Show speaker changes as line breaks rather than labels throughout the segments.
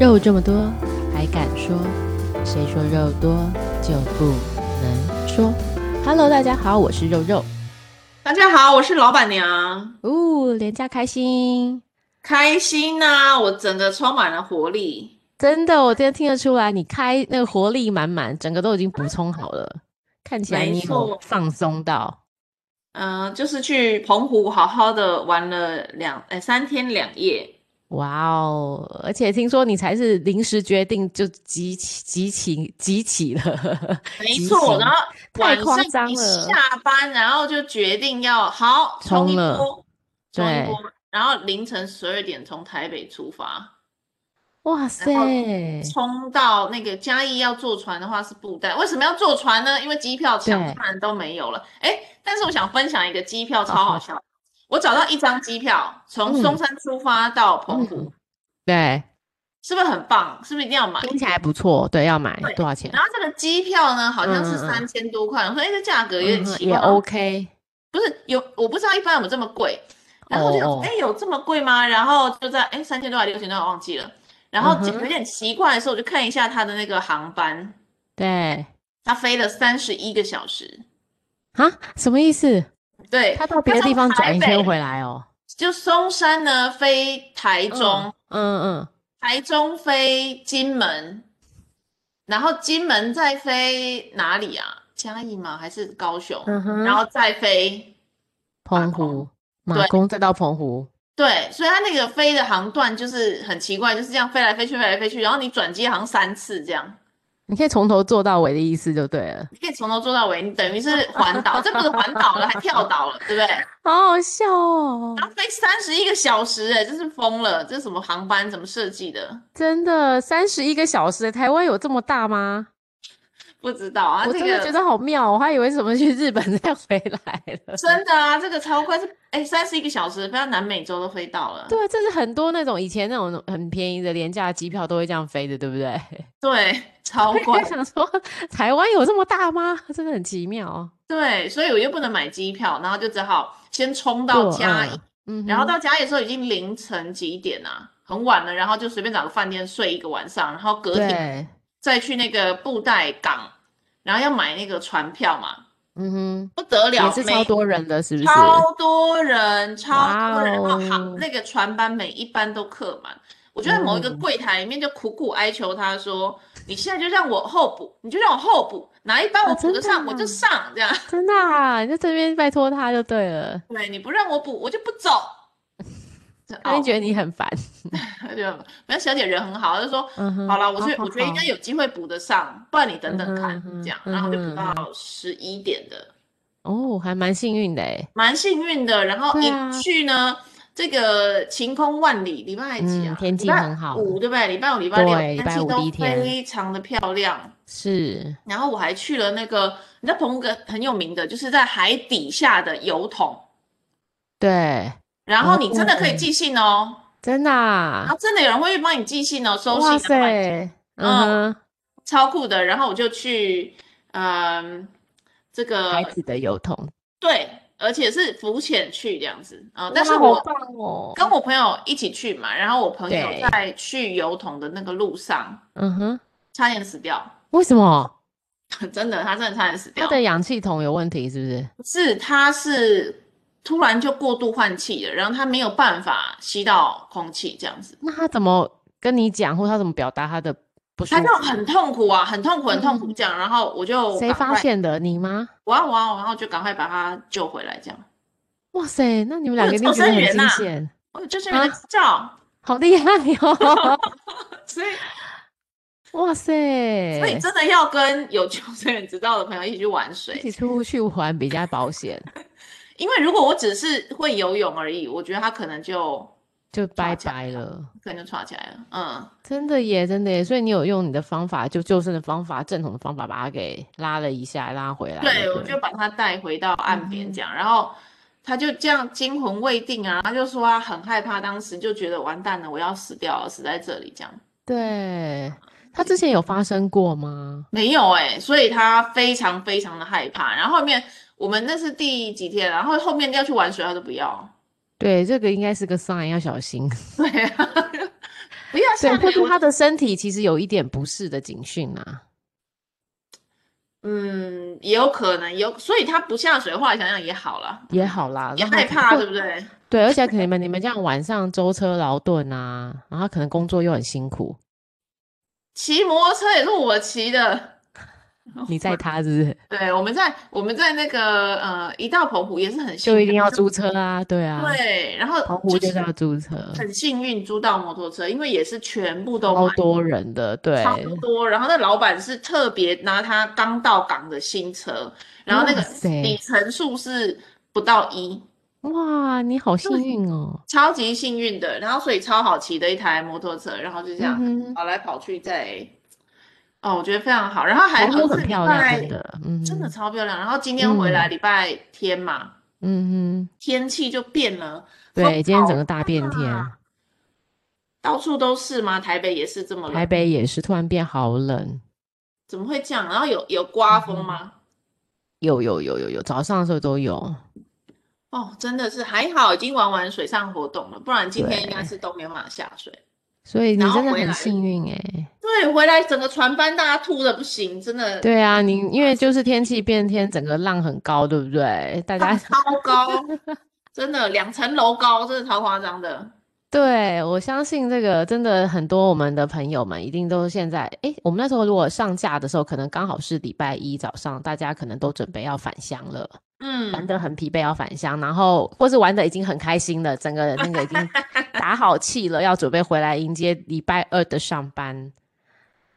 肉这么多，还敢说？谁说肉多就不能说？Hello，大家好，我是肉肉。
大家好，我是老板娘，
哦，廉价开心，
开心呐、我整个充满了活力。
真的，我今天听得出来，你开那个活力满满，整个都已经补充好了，看起来
没
你有
错
放松到。
嗯、就是去澎湖好好的玩了两呃三天两夜。
哇哦！而且听说你才是临时决定就集齐集齐集齐了，
没
极
错，
限
然后
太
晚
夸
上
张
一
了
下班，然后就决定要好冲一
冲了
波，冲一
对，
波，然后凌晨十二点从台北出发，
哇塞，
冲到那个嘉义要坐船的话是布袋，为什么要坐船呢？因为机票抢
对
看都没有了。哎，但是我想分享一个机票超
好嗯
好笑，我找到一张机票，从松山出发到澎湖，
对，
是不是很棒？是不是一定要买？
听起来不错，对，要买
对
多少钱？
然后这个机票呢，好像是
嗯嗯嗯
三千多块，我说哎，这价格有点
嗯
奇
也
怪，
OK，
不是有我不知道一般有没有这么贵，然后我就想说
哦
哎、有这么贵吗？然后就在哎三千多还六千多我忘记了，然后
嗯哼
有点奇怪的时候，我就看一下它的那个航班，
对
它飞了三十一个小时，
啊，什么意思？
对，
他到别的
从
地方转一
台北
圈回来哦。
就松山呢飞台中，
嗯嗯，
台中飞金门，然后金门再飞哪里啊？嘉义吗？还是高雄？
嗯哼
然后再飞，
澎
马公
湖、马
对
公再到澎湖，
对，所以它那个飞的航段就是很奇怪，就是这样飞来飞去，飞来飞去，然后你转机好像三次这样，
你可以从头做到尾的意思就对了。
你可以从头做到尾，你等于是 环岛，这不是环岛了，还跳岛了，对不对？然
好好笑哦！
后飞三十一个小时、哎，真是疯了，这是什么航班，怎么设计的？
真的，三十一个小时，台湾有这么大吗？
不知道啊，
我
这
真的
个
觉得好妙哦，我还以为什么去日本再回来了。
真的啊，这个超快，是哎三十一个小时，飞到南美洲都飞到了。
对，啊这是很多那种以前那种很便宜的廉价机票都会这样飞的，对不对？
对，超
我。
快
想说，台湾有这么大吗？真的很奇妙哦。
对，所以我又不能买机票，然后就只好先冲到
对
嘉义，，
嗯
然后
哼
到嘉义的时候已经凌晨几点啊，很晚了，然后就随便找个饭店睡一个晚上，然后隔天
对，
再去那个布袋港，然后要买那个船票嘛，
嗯哼，
不得了，
也是
每
超多人的，是不是？
啊超多人，超多人，然后
哇哦
航那个船班每一班都客满。我就在某一个
嗯
柜台里面就苦苦哀求他说：“你现在就让我候补，你就让我候补，哪一班
啊
我补
真的
得上我就
啊
上，这样。
真的、啊，你在这边拜托他就对了，
对，你不让我补，我就不 走。”这
他一
哦
定觉得你很烦。
他就没有小姐人很好，她就说：“
嗯哼，
好了，我
好
觉得
好
我觉得应该
好
有机会补得上，不然你等等看
嗯哼
这样。”
嗯哼
然后就补
嗯哼
到十一点的。
哦，还蛮幸运的诶。
蛮幸运的。然后
对
一
啊
去呢，这个晴空万里，礼拜几
嗯？
啊
天气
礼拜
很好
五对不对？礼拜五、礼拜六，
对礼拜
天气
五第一
都
天
非常的漂亮。
是
然后我还去了那个，你知道澎湖个很有名的，就是在海底下的油桶，
哦对，
然后你真的可
哦
以寄信哦，
真的、
然
啊
后，真的有人会帮你寄信哦，
哇
收信然后帮你
塞，嗯哼，
超酷的。然后我就去，嗯，这
孩
个
子的油桶，
对，而且是浮潜去这样子啊、但
哇
是
好
我
棒哦，
跟我朋友一起去嘛，然后我朋友
对
在去油桶的那个路上
嗯哼，
差点死掉，
为什么
真的，他真的差点死
他
掉。
的氧气筒有问题？是不是？
是他是突然就过度换气了，然后他没有办法吸到空气，这样子，
那他怎么跟你讲，或他怎么表达他的不舒
他
服嗯
就？很痛苦啊，很痛苦，很痛苦这样。然后我就
谁
赶
发
快？
现的？你吗？
我要我要，然后就赶快把他救回来，这样。
哇塞，那你们两
有
个一定
救
觉得
生
很
员
惊
呐
险，
我就是人
啊
的照，
好厉害哦！
所以
哇塞，
所以真的要跟有救生员执照的朋友一起去玩
一
水，
起出去玩比较保险，
因为如果我只是会游泳而已，我觉得他可能就
就拜
起来
拜了。
可能就吵起来了。嗯，
真的耶，真的耶，所以你有用你的方法，就救生的方法、正统的方法，把它给拉了一下，拉回来。
对，
不
我就把他带回到岸
嗯
边这样，然后他就这样惊魂未定啊，他就说他很害怕，当时就觉得完蛋了，我要死掉了，死在这里这样。
对，它之前有发生过吗？
没有哎、所以他非常非常的害怕。然后后面我们那是第几天，然后后面要去玩水，他都不要。
对，这个应该是个 sign，要小心。
对啊，不要
对，
下
或
流
者。他的身体其实有一点不适的警讯啊。
嗯，也有可能有，所以他不下水，后来想想也好了，
也好啦，
也
让他
害
可
怕，
或
对不对？
对，而且可能你们你们这样晚上舟车劳顿啊，然后可能工作又很辛苦，
骑摩托车也是我骑的，哦
你载他是不是？
对，我们在我们在那个呃，一到澎湖也是很幸
就一
运，
定要
是
租车啊，对啊，
对，然后
澎湖
就
就是是要租车，
很幸运租到摩托车，因为也是全部都
超
买
多人的，对，
超多，然后那老板是特别拿他刚到港的新车，然后那个
哇塞
里程数是不到一，
哇，你好幸运哦，
超级幸运的，然后所以超好骑的一台摩托车，然后就这样
嗯哼，
跑来跑去在，哦，我觉得非常好，然后还
澎湖
好
很
是礼
漂亮，
拜
真的，嗯，
真的，超漂亮，然后今天回来礼拜天嘛，
嗯
天气就变了，
哼，对，今天整个大变
大
天，
到处都是嘛，台北也是这么
台
冷，
北也是突然变好冷，
怎么会这样？然后有有刮风
嗯
吗？
有有有有有，早上的时候都有，
哦，真的是还好，已经玩完水上活动了，不然今天应该
对
是都没有办法下水。
所以你
然后
真的
回
很
来
幸运哎、
对，回来整个船班大家吐的不行，真的
对啊，你
嗯
因为就是天气变天，整个浪很高，对不对？大家
浪超高，真的两层楼高，真的超夸张的。
对，我相信这个真的很多我们的朋友们一定都现在，诶，我们那时候如果上架的时候，可能刚好是礼拜一早上，大家可能都准备要返乡了，玩
嗯，
得很疲惫要返乡，然后或是玩得已经很开心了，整个人那个已经打好气了，要准备回来迎接礼拜二的上班，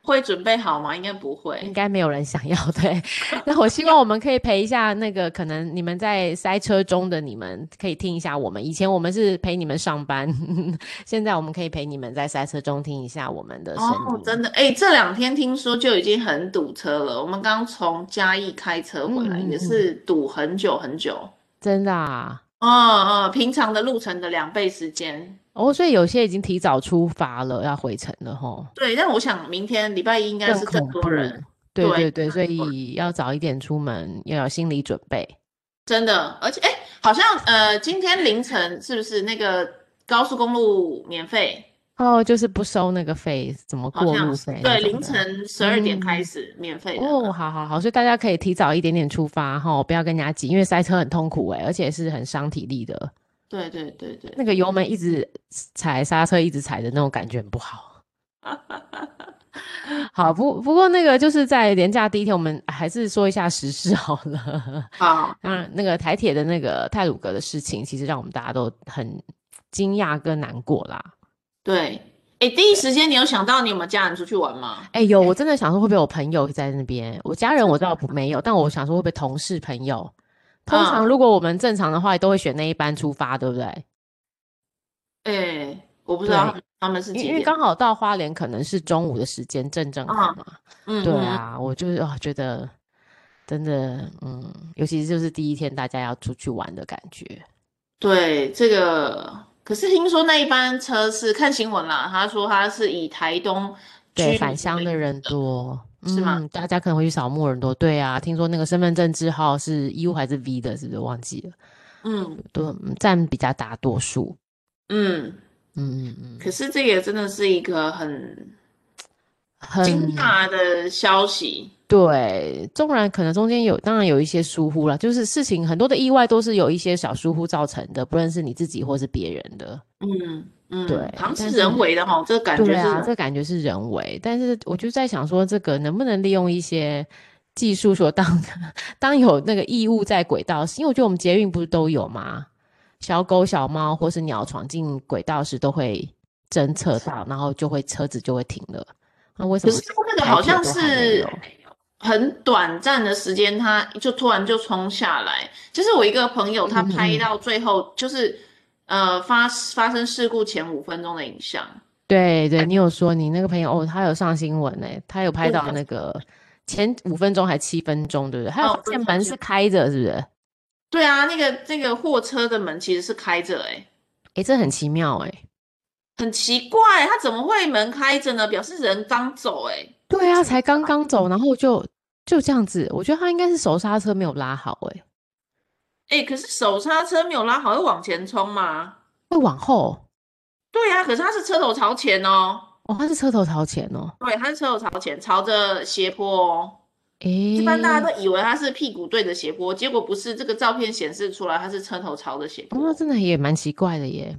会准备好吗？应该不
应
会。
该没有人想要 对。那我希望我们可以陪一下那个可能你们在塞车中的你们，可以听一下我们。以前我们是陪你们上班， 现在我们可以陪你们在塞车中听一下我们的声音。
哦，真的，哎，这两天听说就已经很堵车了。我们刚从嘉义开车回来，
嗯嗯
也
嗯
是堵很久很久。
真的啊！
嗯嗯，平常的路程的两倍时间。
哦，所以有些已经提早出发了，要回程了吼，
对，但我想明天礼拜一应该
更
是更
恐
多
怖
人。。
对对
对
对，所
更多人
以要早一点出门，要有心理准备。
真的，而且哎，好像呃，今天凌晨是不是那个高速公路免费？
哦，就是不收那个费，怎么
好
过
像
路
是
费那
对，
种
凌
的
晨十二点开
嗯
始免费的。
哦，好好好，所以大家可以提早一点点出发哈，不要跟人家挤，因为塞车很痛苦哎、而且是很伤体力的。
对对对对，
那个油门一直踩刹车，一直踩的那种感觉很不好。好，不不过那个就是在廉价第一天，我们还是说一下时事好了。
好，
当然，那个台铁的那个泰鲁格的事情，其实让我们大家都很惊讶跟难过啦。
对，哎，第一时间你有想到你有没有家人出去玩吗？
哎、有，我真的想说会不会我朋友在那边？我家人我倒不没有，但我想说会不会同事朋友？通常
嗯
如果我们正常的话，都会选那一班出发，对不对？
哎，我不知道
对
他们他们是
因
几
为因为
点。
刚好到花莲可能是中午的时间，正正好
嗯
嘛。
嗯
对
嗯
啊，我就是啊，觉得真的，嗯，尤其是就是第一天大家要出去玩的感觉。
对，这个可是听说那一班车是看新闻啦，他说他是以台东居
对，
民
返乡
为
的人多，
是吗
嗯？大家可能会去扫墓人多。对啊，听说那个身份证字号是 U 还是 V 的，是不是忘记了？
嗯
都嗯占比较大多数。
嗯。
嗯嗯
可是这也真的是一个很
嗯，
惊
很
讶的消息。
对，纵然可能中间有，当然有一些疏忽啦，就是事情很多的意外都是有一些小疏忽造成的，不论是你自己或是别人的。
嗯嗯，
对
好像是
但是
人为的哈，这感觉
对
是
啊，这感觉是人为，但是我就在想说，这个能不能利用一些技术说当 当有那个异物在轨道时，因为我觉得我们捷运不是都有吗？小狗、小猫或是鸟闯进轨道时都会侦测到，然后就会车子就会停了。那为什
可
么
是
台铁都还没有？
那个好像是很短暂的时间，它就突然就冲下来。就是我一个朋友，他
嗯嗯
拍
嗯
到最后，就是呃发发生事故前五分钟的影像。
对对，你有说你那个朋友哦，他有上新闻呢，他有拍
对啊
到
的
那个前五分钟还七分钟，对不对？还有
哦
发
对
现
对
门
对
是开着，是不是？
对啊，那个那个货车的门其实是开着，哎，
诶，这很奇妙欸诶。
很奇怪，他怎么会门开着呢？表示人刚走，哎，
对啊，才刚刚走，然后就就这样子，我觉得他应该是手刹车没有拉好、欸，
欸哎，可是手刹车没有拉好，会往前冲吗？
会往后，
对啊呀、可是它是车头朝前哦，
哦，它是车头朝前哦。
对，它是车头朝前，朝着斜坡哦。
诶，
一般大
嗯
家都以为它是屁股对着斜坡，结果不是，这个照片显示出来它是车头朝着斜
哦，
坡
那。真的也蛮奇怪的耶，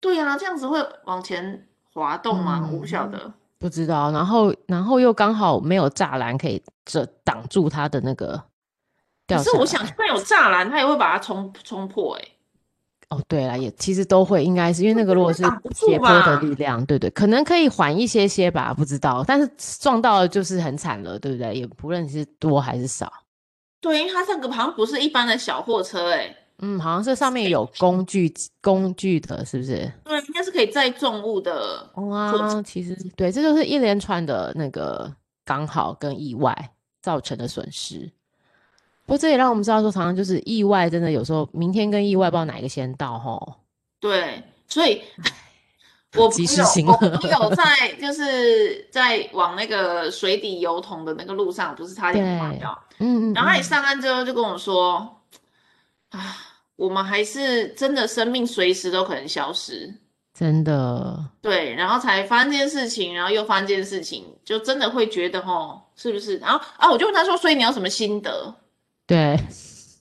对啊，这样子会往前滑动吗？
嗯
我不晓得。
不知道。然后，然后又刚好没有栅栏可以遮挡住它的那个啊掉
可
下来。
是我想，就算有栅栏，它也会把它冲冲破、欸。
哦，对了，也其实都会，应该是因为那个如果是
挡不住
斜坡的
吧
力量，对对，可能可以缓一些些吧，不知道。但是撞到了就是很惨了，对不对？也不论是多还是少，
对，因为它这个好像不是一般的小货车、欸，
嗯，好像是上面
是
有工具工具的，是不是？
对，应该是可以载重物的。
哦
错
啊，其实对，这就是一连串的那个刚好跟意外造成的损失。不过这也让我们知道说，常常就是意外，真的有时候明天跟意外不知道哪一个先到吼。
对，所以我
及
朋
时
友
行
我
乐
朋友在就是在往那个水底油桶的那个路上，不是差点滑
对
掉。
嗯嗯，
然后他一
嗯
上岸之后就跟我说：“啊，我们还是真的生命随时都可能消失。”
真的，
对，然后才发生这件事情，然后又发生这件事情，就真的会觉得吼，是不是？然后啊，我就问他说：“所以你有什么心得
对，？”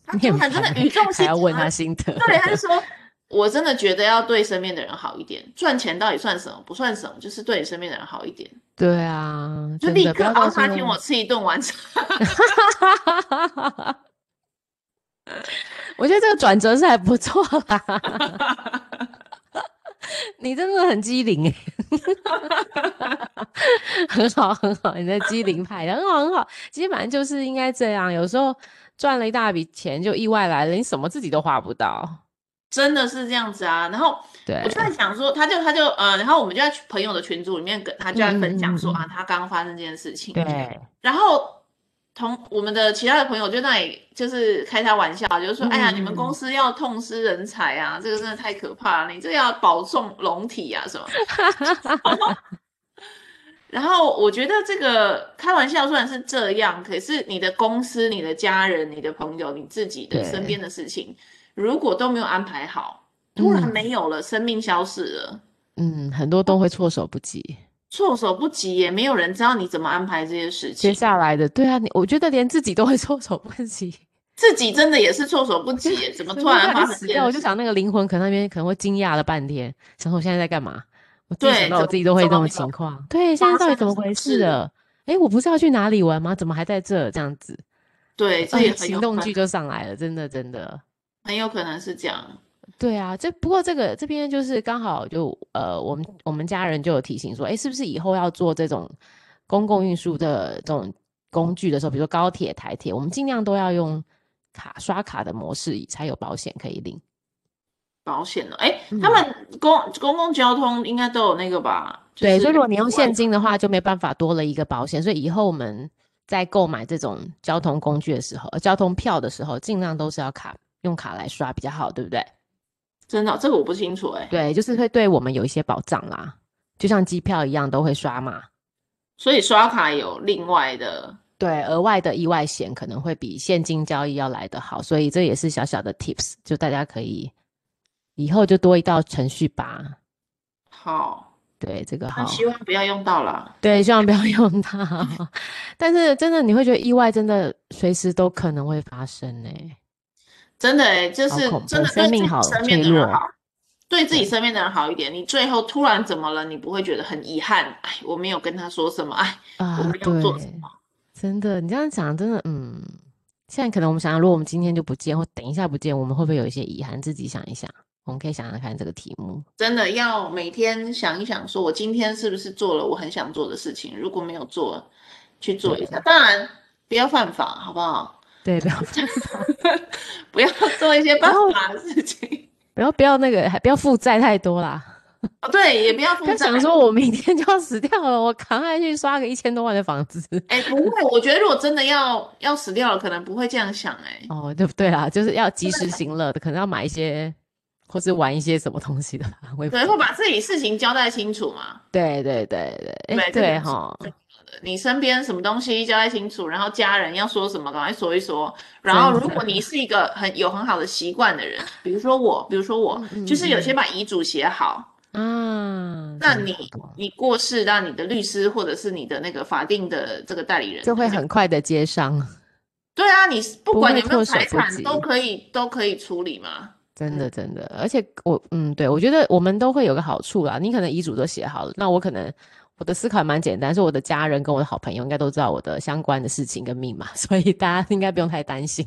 他
你
突
很
然啊真的
烦
语重
还
心
要
长，
问他心得，
对，他就说：“我真的觉得要对身边的人好一点，赚钱到底算什么？不算什么，就是对你身边的人好一点。”
对啊，
就
真
立
的不
刻
要
凹
告诉
他请我吃一顿晚餐。
我我觉得这个转折是还不错啦。 你真的很机灵哎， 很好很好，你在机灵派的很好很好。其实反正就是应该这样，有时候赚了一大笔钱就意外来了，你什么自己都花不到。
真的是这样子啊，然后
对
我就在想说，他就他就呃，然后我们就在朋友的群组里面跟他就在分享
嗯
说
嗯嗯嗯
啊，他刚刚发生这件事情，
对，
然后同我们的其他的朋友就那里就是开他玩笑，就是
嗯
说，哎呀，你们公司要痛失人才啊，这个真的太可怕了，你这个要保重龙体啊什么。 然后我觉得这个开玩笑虽然是这样，可是你的公司、你的家人、你的朋友、你自己的
对
身边的事情，如果都没有安排好，突然
嗯
没有了，生命消逝了，
嗯，很多都会措手不及。
措手不及也没有人知道你怎么安排这些事情
接。下来的，对啊，你我觉得连自己都会措手不及。
自己真的也是措手不及耶，怎么哦突然发
他
生
死
这
掉，我
件
就
事？
想那个灵魂可能那边可能会惊讶了半天，想说我现在在干嘛？我自己
对
想到我
怎
自己
么
都会
怎
这
么
种
没有
情况。对，现在到底怎么回事了？哎，我不是要去哪里玩吗？怎么还在这？这样子，
对，这
哎
也很有
行
可
动
能
剧，就上来了，真的真的。
很有可能是这样。
对啊，这不过这个这边就是刚好就呃，我们我们家人就有提醒说，哎，是不是以后要做这种公共运输的这种工具的时候，比如说高铁、台铁，我们尽量都要用卡刷卡的模式，才有保险可以领。
保险了，哎，
嗯
他们公公共交通应该都有那个吧？就
对，
是
所以如果你用
国外
现金的话，就没办法多了一个保险。所以以后我们在购买这种交通工具的时候，呃交通票的时候，尽量都是要卡用卡来刷比较好，对不对？
真的哦这个我不清楚哎，
对，就是会对我们有一些保障啦，就像机票一样都会刷嘛。
所以刷卡有另外的，
对，额外的意外险可能会比现金交易要来得好，所以这也是小小的 tips，就大家可以以后就多一道程序吧。
好，
对，这个
那
好。
希望不要用到啦。
对，希望不要 用到。但是真的，你会觉得意外真的随时都可能会发生欸呢、
真的哎，就
好
是
恐
真
怖
的
生
对自
命
己
好
身边的
脆
人
弱
好，对自己身边的人好一点。你最后突然怎么了，你不会觉得很遗憾？哎，我没有跟他说什么，哎，我
啊
没！有
对，
做什么。
真的，你这样讲真的，嗯，现在可能我们想想，如果我们今天就不见，或等一下不见，我们会不会有一些遗憾？自己想一想，我们可以想想看这个题目。
真的要每天想一想，说我今天是不是做了我很想做的事情？如果没有做，去做一
嗯
下。当然，不要犯法，好不好？
对，不要
不要做一些犯
然后
法的事情。
不要不要那个，还不要负债太多啦。
哦，对，也不要负
不要
债。
想说我明天就要死掉了，我赶快去刷个一千多万的房子。
哎，不会，我觉得如果真的要要死掉了，可能不会这样想。哎，
哦，对不对啦？就是要及时行乐的，可能要买一些或是玩一些什么东西的吧。我也不
对，会把自己事情交代清楚嘛。
对对对对，哎
对这个
对
是
哈，
你身边什么东西交代清楚，然后家人要说什么，赶快说一说。然后，
真的
如果你是一个很有很好的习惯的人，比如说我，比如说我
嗯，嗯
就是有些把遗嘱写好，
啊，
那
真
你
好
你过世，那你的律师或者是你的那个法定的这个代理人
就会
他就
很快的接上，
对啊，你是不
不
管
会
有没有
措手
财
不
产都
及
可以都可以处理嘛。
真
嗯
的真的。而且我嗯，对我觉得我们都会有个好处啦，你可能遗嘱都写好了，那我可能我的思考蛮简单，所以我的家人跟我的好朋友应该都知道我的相关的事情跟密码， 所以大家应该不用太担心。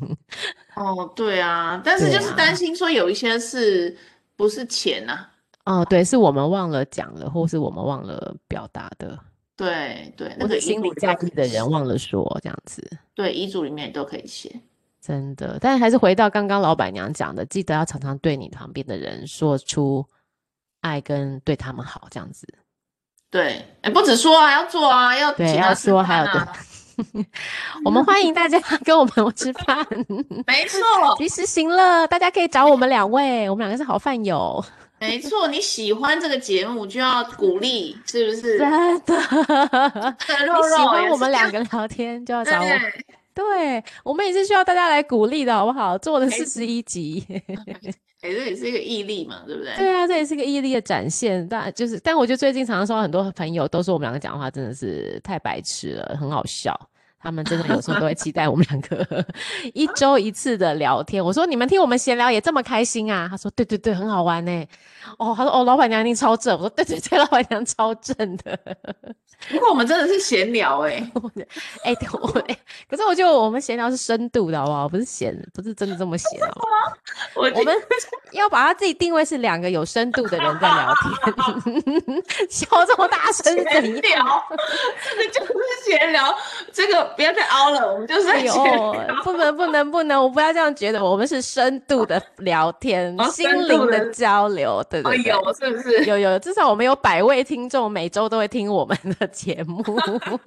哦，对啊，但是
对
就是
啊
担心说有一些是不是钱呐、
哦，对，是我们忘了讲了，或是我们忘了表达的，
对对，那
或
个
是
遗
心
嘱
里
里
在
面可
意
以
的人
写
忘了说这样子。
对遗嘱里面也都可以写。
真的，但还是回到刚刚老板娘讲的，记得要常常对你旁边的人说出爱跟对他们好，这样子。
对，哎，不止说啊，要做啊，要
对
请
要
他吃
说还
饭
有对
啊，
我们欢迎大 家跟我们吃饭，
没错，
及时行乐，大家可以找我们两位，我们两个是好饭友，
没错，你喜欢这个节目就要鼓励，是不是？
真 的。
这个肉
啊你喜
肉
欢
也
我们
是这
两
样
个聊天，就要找我们。
对，
对，我们也是需要大家来鼓励的，好不好？做了
没
四十一集。
哎，这也是一个毅力嘛，对不 对？
对啊，这也是个毅力的展现。但就是，但我觉得最近常常收到很多朋友都说我们两个讲话真的是太白痴了，很好笑。他们真的有时候都会期待我们两个 一周一次的聊天。我说你们听我们闲聊也这么开心啊？他说对对对，很好玩呢、哦，他说哦，老板娘一定超正。我说对对对，老板娘超正的。
不过我们真的是闲聊哎、
哎、对我、哎可是我觉得我们闲聊是深度的好不好？不是闲，不是真的这么闲啊。
我
我
觉
们要把他自己定位是两个有深度的人在聊天， 笑这么大声是
闲
怎 样？
聊，这个就是闲聊，这个不要再凹了，我们就是在
哎呦
闲 聊。，
不能不能不能，我不要这样觉得，我们是深度的聊天，
哦
心
深度
灵
的
的交流，对
哦，
对对。
有是不是？
有有，至少我们有百位听众，每周都会听我们的节目，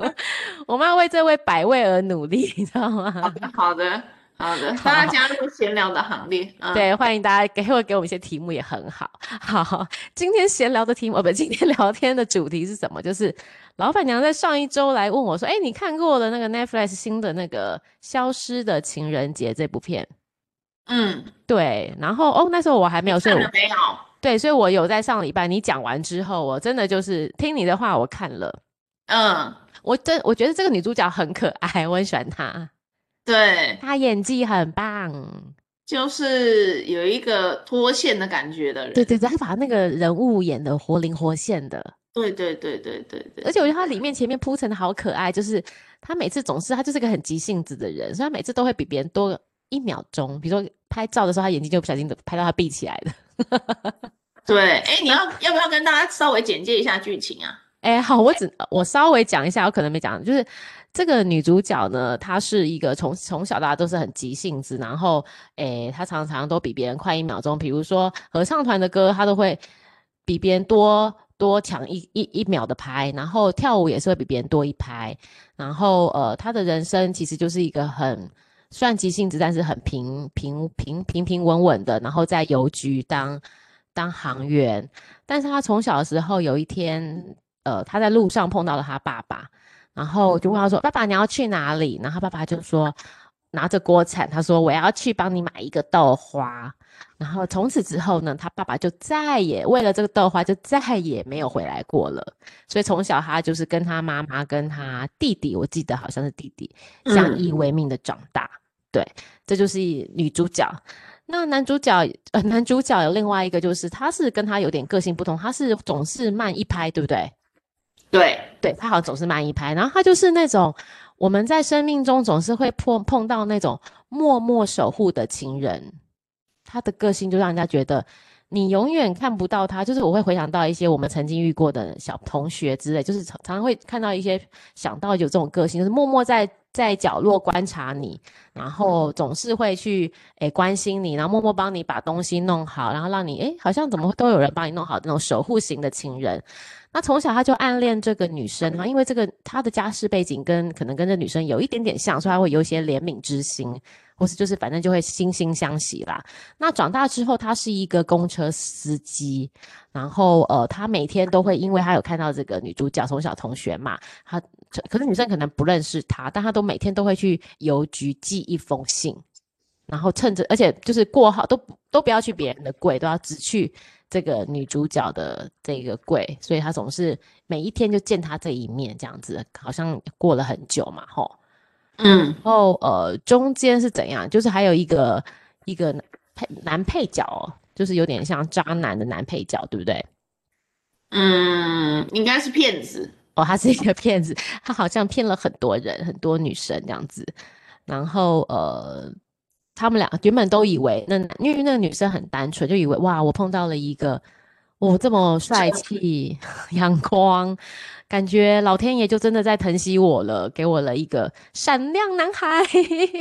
我们要为这位百位而努力，你知道
好
吗？
的，好的，好的，大家加入闲聊的行列。嗯，
对，欢迎大家给会给我们一些题目也很好。好，今天闲聊的题目，呃，不，今天聊天的主题是什么？就是老板娘在上一周来问我说：“哎，你看过了那个 Netflix 新的那个《消失的情人节》这部片？”
嗯，
对，然后哦，那时候我还没有，所以
看
我
了没有？
对，所以我有在上礼拜你讲完之后，我真的就是听你的话，我看了，
嗯，
我真我觉得这个女主角很可爱，我很喜欢她，
对，
她演技很棒。
就是有一个脱线的感觉的人。
对对对，她把那个人物演的活灵活现的。
对对对对对对
而且我觉得他里面前面铺陈的好可爱，就是他每次总是他就是个很急性子的人，所以他每次都会比别人多一秒钟。比如说拍照的时候，他眼睛就不小心的拍到他闭起来的。
对，哎，你要要不要跟大家稍微简介一下剧情啊？
哎，好，我只我稍微讲一下，我可能没讲，就是这个女主角呢，她是一个从从小到大都是很急性子，然后哎，她常常都比别人快一秒钟，比如说合唱团的歌，她都会比别人多多抢一一一秒的拍，然后跳舞也是会比别人多一拍，然后呃，她的人生其实就是一个很。算急性子，但是很平平平平平稳稳的，然后在邮局当当行员，但是他从小的时候，有一天，呃，他在路上碰到了他爸爸，然后就问他说：“爸爸，你要去哪里？”然后他爸爸就说，拿着锅铲，他说：“我要去帮你买一个豆花。”然后从此之后呢，他爸爸就再也为了这个豆花，就再也没有回来过了。所以从小他就是跟他妈妈、跟他弟弟，我记得好像是弟弟，相
嗯
依为命的长大。对，这就是女主角。那男主角，呃，男主角有另外一个，就是他是跟他有点个性不同，他是总是慢一拍，对不对？
对，
对，他好像总是慢一拍，然后他就是那种我们在生命中总是会碰碰到那种默默守护的情人，他的个性就让人家觉得你永远看不到他。就是我会回想到一些我们曾经遇过的小同学之类，就是常常会看到一些想到有这种个性，就是默默在在角落观察你，然后总是会去诶关心你，然后默默帮你把东西弄好，然后让你诶好像怎么都有人帮你弄好那种守护型的情人。那从小他就暗恋这个女生嘛，因为这个他的家世背景跟可能跟这女生有一点点像，所以他会有一些怜悯之心，或是就是反正就会惺惺相惜啦。那长大之后，他是一个公车司机，然后呃，他每天都会因为他有看到这个女主角从小同学嘛，他可是女生可能不认识他，但他都每天都会去邮局寄一封信。然后趁着，而且就是过号都不都不要去别人的柜，都要只去这个女主角的这个柜，所以她总是每一天就见她这一面，这样子好像过了很久嘛，吼。
嗯，
然后呃，中间是怎样？就是还有一个一个男配男配角、哦，就是有点像渣男的男配角，对不对？
嗯，应该是骗子。
哦，他是一个 骗子，他好像骗了很多人，很多女生这样子。然后呃，他们俩原本都以为那因为那个女生很单纯，就以为哇，我碰到了一个我、这么帅气、 阳光，感觉老天爷就真的在疼惜我了，给我了一个闪亮男孩。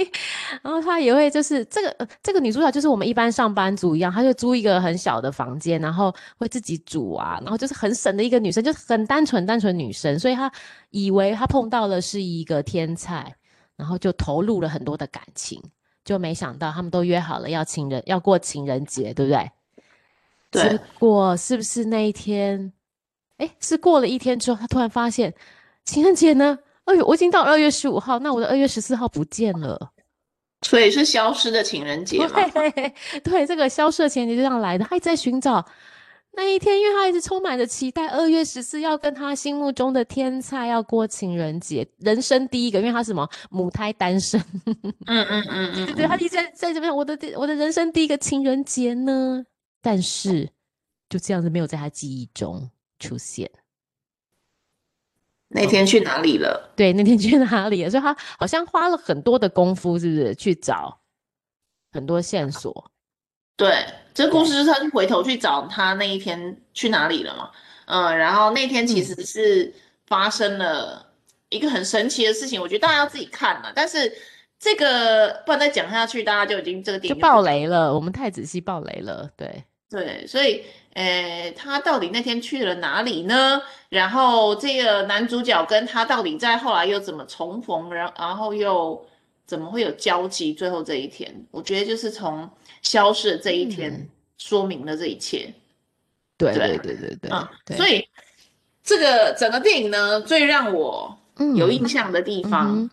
然后他也会就是这个呃这个女主角就是我们一般上班族一样，她就租一个很小的房间，然后会自己煮啊，然后就是很省的一个女生，就是很单纯单纯女生，所以她以为她碰到了是一个天才，然后就投入了很多的感情，就没想到他们都约好了要情人要过情人节，对不对？结
对，
果是不是那一天？哎，是过了一天之后，他突然发现情人节呢？哎呦，我已经到二月十五号，那我的二月十四号不见了。
所以是消失的情人节嘛？
对对，这个消失的情人节就这样来的。他一直在寻找那一天，因为他一直充满着期待，二月十四要跟他心目中的天菜要过情人节，人生第一个，因为他是什么母胎单身，
嗯嗯嗯嗯，
对，他
嗯
一直在在这边，我的我的人生第一个情人节呢，但是就这样子没有在他记忆中出现。
那天去哪里了？
对，那天去哪里了？所以他好像花了很多的功夫，是不是去找很多线索？
对，这故事就是他去回头去找他那一天去哪里了嘛？嗯，然后那天其实是发生了一个很神奇的事情，我觉得大家要自己看了。但是这个不然再讲下去，大家就已经这个电
就
影
爆
了。
雷了，我们太仔细爆雷了，对。
对，所以，诶，他到底那天去了哪里呢？然后这个男主角跟他到底在后来又怎么重逢，然然后又怎么会有交集？最后这一天，我觉得就是从消失的这一天
嗯
说明了这一切。
对
对
对对对对
嗯，
对
所以这个整个电影呢，最让我有印
嗯
象的地
嗯
方，
哼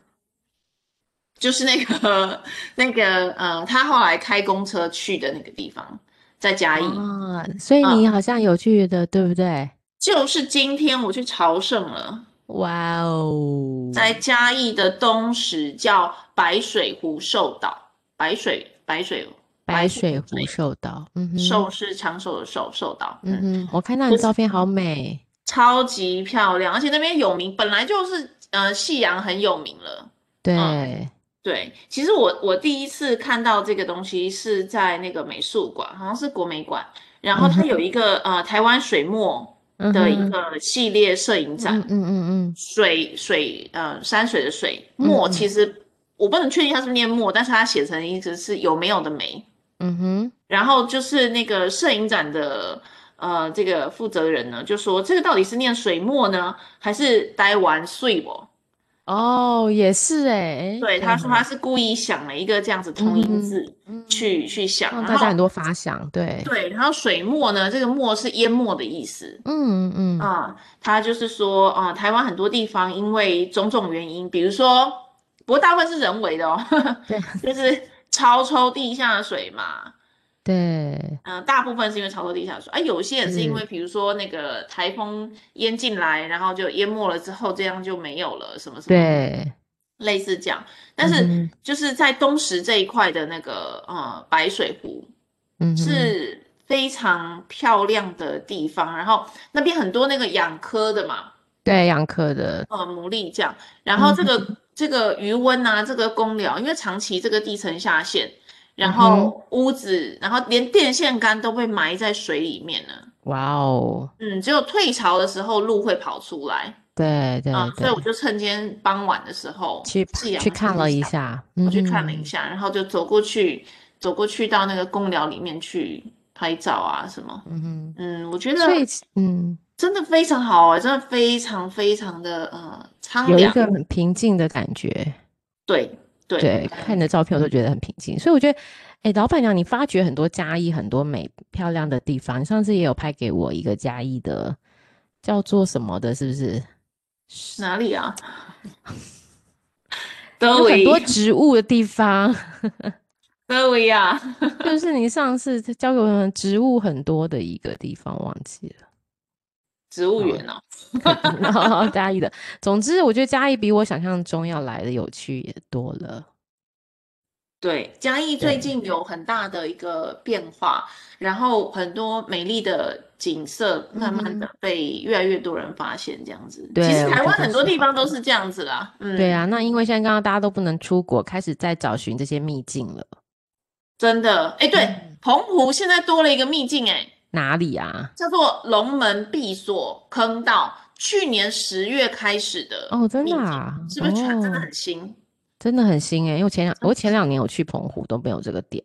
就是那个那个呃，他后来开公车去的那个地方，在嘉义，
啊，所以
嗯
你好像有去的，对不对？
就是今天我去朝圣了，
哇哦，
在嘉义的东石叫白水湖寿岛，白水白水
白水湖
水
受岛，嗯哼，
寿是长寿的寿寿岛，
嗯哼，我看到你
就是
照片好美，
超级漂亮，而且那边有名，本来就是呃夕阳很有名了。
对，
对，其实我我第一次看到这个东西是在那个美术馆，好像是国美馆，然后它有一个呃台湾水墨
嗯
的一
哼
个系列摄影展，
嗯嗯嗯
水水呃山水的水
嗯
墨，
嗯
其实我不能确定它是不是念墨，但是它写成一直是有没有的没。
嗯哼，
然后就是那个摄影展的呃这个负责人呢，就说这个到底是念水墨呢，还是呆玩碎我？
哦，也是哎，
对，他说他
哈
是故意想了一个这样子同音
嗯
字
嗯
去去想，
让
然
大家很
后
多发想，对，
对，然后水墨呢，这个墨是淹没的意思
嗯嗯
啊。他就是说啊，台湾很多地方因为种种原因，比如说，不过大部分是人为的哦，
对
就是超抽地下水嘛。
对，
嗯、大部分是因为超抽地下水，啊，有些人是因
是
为比如说那个台风淹进来，然后就淹没了之后，这样就没有了，什么什么的。
对，
类似这样，嗯但
嗯
是
哼
就是在东石这一块的那个呃白水湖
嗯哼，
是非常漂亮的地方，然后那边很多那个养科的嘛，
对，杨科的，
呃牡蛎这样，然后
嗯
这个这个余温啊，这个公寮，因为长期这个地层下陷，然
嗯哼，
后屋子，然后连电线杆都被埋在水里面了，
哇哦，
嗯，只有退潮的时候路会跑出来。
对
啊、
对
所以我
对，
就趁今天傍晚的时候，
去
夕阳
去
西
看了一
下，
下，
我
嗯
去看了一
哼。
下，然后就走过去，走过去到那个公寮里面去拍照啊什么。
嗯哼，
嗯，我觉
所以
得
其嗯，
真的非常好啊，真的非常非常的呃苍
有一
凉。
个很平静的感觉。
对对，
对，看你的照片我都觉得很平静，所以我觉得，哎，老板娘，你发掘很多嘉义很多美漂亮的地方，你上次也有拍给我一个嘉义的，叫做什么的，是不是？是
哪里 啊？
有
德
很多
里
植物的地方。
各位呀，
就是你上次教给我们植物很多的一个地方，忘记了。
植物
嗯
园哦，
然后嘉义的，总之我觉得嘉义比我想象中要来的有趣也多了。
对，嘉义最近有很大的一个变化，然后很多美丽的景色慢慢的被越来越多人发现，这样子。
嗯对
其实台
我觉
湾
得
很多
是
地方都是这样子啦。嗯，
对啊，那因为现在刚刚大家都不能出国，开始在找寻这些秘境了。
真的。哎，对，
嗯
澎湖现在多了一个秘境，哎，
哪里啊？
叫做龙门闭锁坑道，去年十月开始的
哦，真的
秘境
啊，
是不是全真的
哦
很新？
真的很新哎、因为我前两我前两年有去澎湖都没有这个点，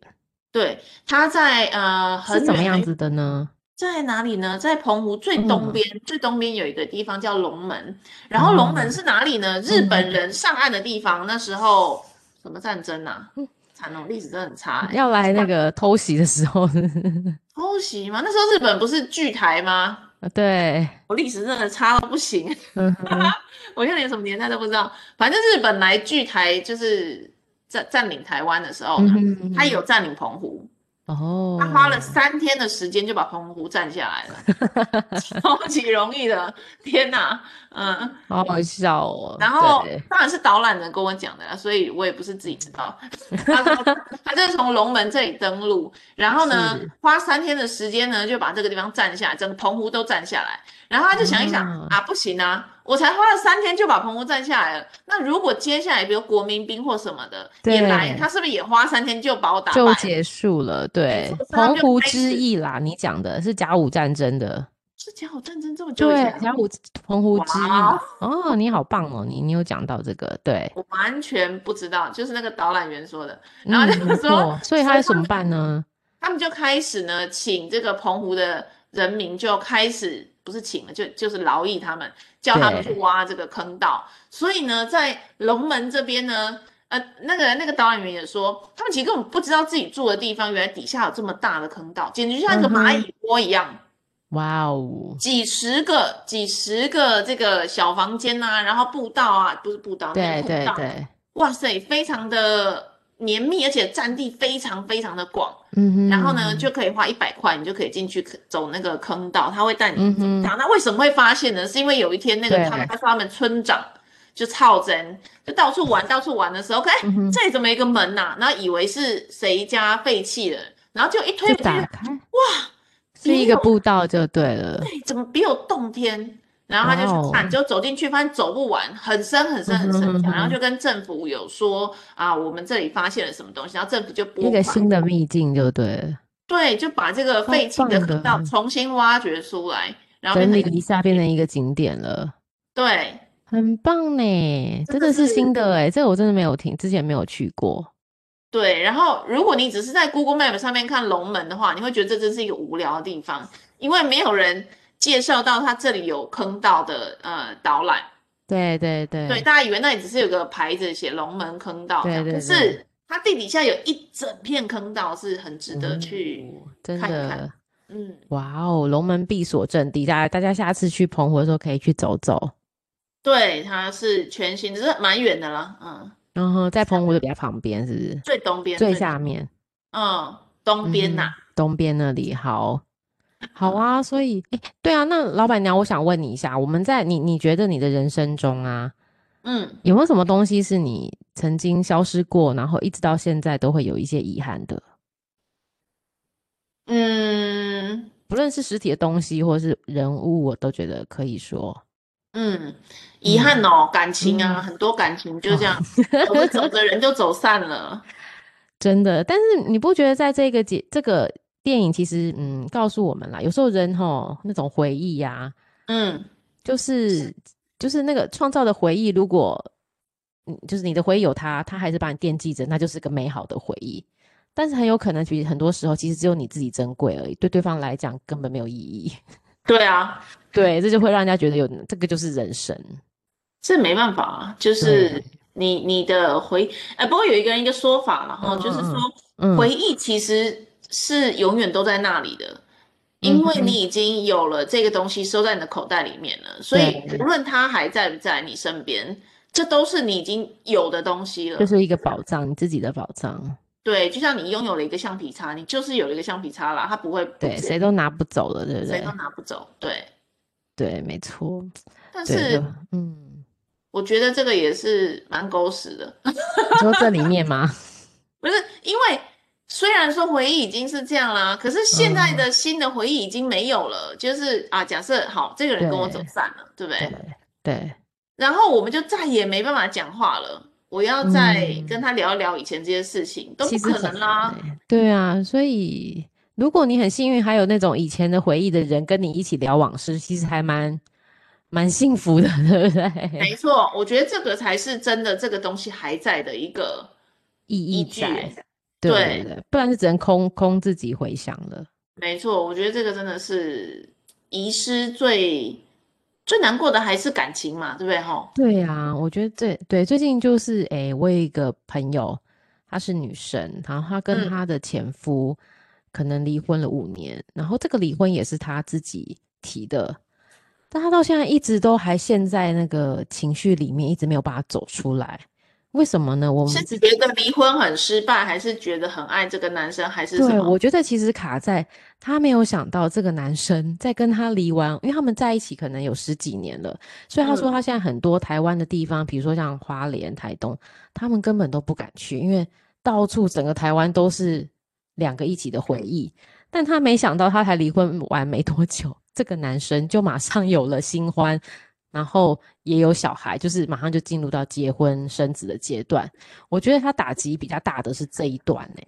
对，它在呃很
是怎么
远
样
很
子的呢？
在哪里呢？在澎湖最
嗯
东边，最东边有一个地方叫龙门。然后龙
哦嗯
门是哪里呢？日本人上岸的地方。那时候什么战争啊
嗯？
惨哦，历史真的很差哎、
要来那个偷袭的时候，
偷袭吗？那时候日本不是拒台吗？
对，
我历史真的差到不行，
嗯哼，
我现在连什么年代都不知道。反正日本来拒台就是占占领台湾的时候
嗯
呢，
哼
他有占领澎湖，
哦，
他花了三天的时间就把澎湖占下来了，
哦
超级容易的，天哪，嗯。
好好笑哦。
然后
对
当然是导览人跟我讲的啦，所以我也不是自己知道。他说他就是从龙门这里登陆，然后呢
是
花三天的时间呢就把这个地方占下来，整个澎湖都占下来。然后他就想一想
啊
啊不行啊，我才花了三天就把澎湖占下来了。那如果接下来比如国民兵或什么的
对
也来，他是不是也花三天就把我打败
就
了？
结束了，对
没错，所以他
澎
们就
湖
开
之
始
役啦，你讲的是甲午战争的，
是甲午战争这么久以
对
前，啊，
甲午澎湖之役
哇，
哦，你好棒哦，你你有讲到这个，对，
我完全不知道，就是那个导览员说的。然后就
嗯没
说
错所以他
所以
怎
他
么办呢？
他们就开始呢，请这个澎湖的人民就开始不是请了，就就是劳役他们，叫他们去
对
挖这个坑道。所以呢，在龙门这边呢，呃，那个那个导演员也说，他们其实根本不知道自己住的地方原来底下有这么大的坑道，简直就像一个蚂
嗯
蚁窝一样。
哇哦，
几十个、几十个这个小房间呐、然后步道啊，不是步道，那
对
个
对
通道，
对，
哇塞，非常的绵密，而且占地非常非常的广。
嗯哼，
然后呢，就可以花一百块，你就可以进去坑走那个坑道，他会带你
嗯
走
哼
这样。那为什么会发现呢？是因为有一天那个
对
他们他说他们村长就操针，就到处玩，到处玩的时候，哎、
嗯哼，
这里怎么有一个门呐、然后以为是谁家废弃了，然后就一推
就
门进去
打开，哇，是
也
一个
有
步道就对了，
哎怎么别有洞天？然后他就
哇哦
去看，就走进去，发现走不完，很深很深很
嗯
深
哼嗯哼
然后就跟政府有说啊，我们这里发现了什么东西，然后政府就拨
一个
款
新的秘境就对了，
对，就把这个
超
废弃的
棒的
河道重新挖掘出来，然后
整
变成
理
一个
一下变成一个景点了。
对，
很棒呢，
这
真
个
的是新
是
的哎，这个我真的没有听，之前没有去过。
对，然后如果你只是在 Google Map 上面看龙门的话，你会觉得这真是一个无聊的地方，因为没有人介绍到它这里有坑道的呃导览。
对对对，
对，大家以为那里只是有个牌子写龙门坑道这
对
样，
对
可
对
是它地底下有一整片坑道，是很值得去
哦真
看一看
的，
嗯。
哇哦，龙门闭锁阵地，大家大家下次去澎湖的时候可以去走走，
对，它是全新，只是蛮远的啦，嗯，
然后在澎湖的比较旁边，是不是？
最东边，
最
东
下面
嗯，东边呐、嗯
嗯哼东边那里，好，好啊。所以，哎，对啊，那老板娘，我想问你一下，我们在你你觉得你的人生中啊，
嗯，
有没有什么东西是你曾经消失过，然后一直到现在都会有一些遗憾的？
嗯
不论是实体的东西或是人物，我都觉得可以说。
嗯，遗憾哦，感情啊，
嗯哦
很多感情就这样，走着走着人就走散了。
真的，但是你不觉得在这个节这个电影其实嗯告诉我们啦，有时候人吼那种回忆啊呀、
嗯，
就是就是那个创造的回忆，如果嗯就是你的回忆有他，他还是把你惦记着，那就是个美好的回忆。但是很有可能，其实很多时候其实只有你自己珍贵而已，对对方来讲根本没有意义。
对啊，
对，这就会让人家觉得有这个就是人生。
这没办法啊，就是你你的回忆，哎，不过有一个人一个说法啦，然后
嗯
就是
嗯
说，
嗯，
回忆其实是永远都在那里的。因为
嗯哼
你已经有了这个东西收在你的口袋里面了，所以
对
无论它还在不在你身边，这都是你已经有的东西了。
就是一个宝藏，你自己的宝藏。
对，就像你拥有了一个橡皮擦，你就是有了一个橡皮擦啦，它不会不
对，
见
谁都拿不走了，对不
谁
对
都？拿不走。对，
对，没错，
但
对，
是
就嗯，
我觉得这个也是蛮狗屎的，
你说这里面吗？
不是因为虽然说回忆已经是这样啦，可是现在
嗯，
的新的回忆已经没有了。就是啊，假设好，这个人跟我走
对
散了，对不
对
对？
对，
然后我们就再也没办法讲话了。我要再
嗯。
跟他聊一聊以前这些事情，都
其
不
实
可
很难
能啦。
欸，对啊，所以如果你很幸运，还有那种以前的回忆的人跟你一起聊往事，其实还蛮蛮幸福的， 对不对？
没错，我觉得这个才是真的，这个东西还在的一个
意
依
义
据耶。
在，对对
对，
对，不然就只能空空自己回想了。
没错，我觉得这个真的是遗失最最难过的还是感情嘛，对不对？哈，
对呀，我觉得这对最近就是诶，我有一个朋友，她是女生，然后她跟
嗯
她的前夫可能离婚了五年，然后这个离婚也是她自己提的，但她到现在一直都还陷在那个情绪里面，一直没有把它走出来。为什么呢？我
是
们自
觉得离婚很失败，还是觉得很爱这个男生，还是什
对，
么？
我觉得其实卡在她没有想到这个男生在跟她离完，因为他们在一起可能有十几年了，所以她说
嗯，
她现在很多台湾的地方，比如说像花莲、台东，他们根本都不敢去，因为到处整个台湾都是两个一起的回忆。但她没想到，她才离婚完没多久，这个男生就马上有了新欢，然后也有小孩，就是马上就进入到结婚生子的阶段。我觉得她打击比较大的是这一段呢、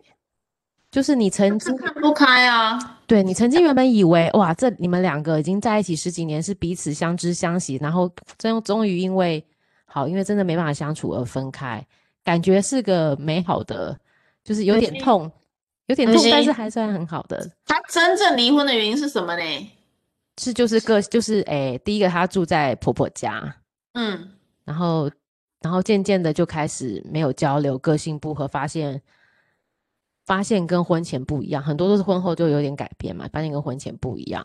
就是你曾
是
经
看不开啊。
对你曾经原本以为哇，这你们两个已经在一起十几年，是彼此相知相惜，然后终终于因为好，因为真的没办法相处而分开，感觉是个美好的，就是有
可
点
惜，
痛，有点
可
痛，但是
惜，
还算很好的。
他真正离婚的原因是什么呢？
是就是个就是诶，第一个她住在婆婆家，
嗯，
然后然后渐渐的就开始没有交流，个性不合，发现发现跟婚前不一样，很多都是婚后就有点改变嘛，发现跟婚前不一样。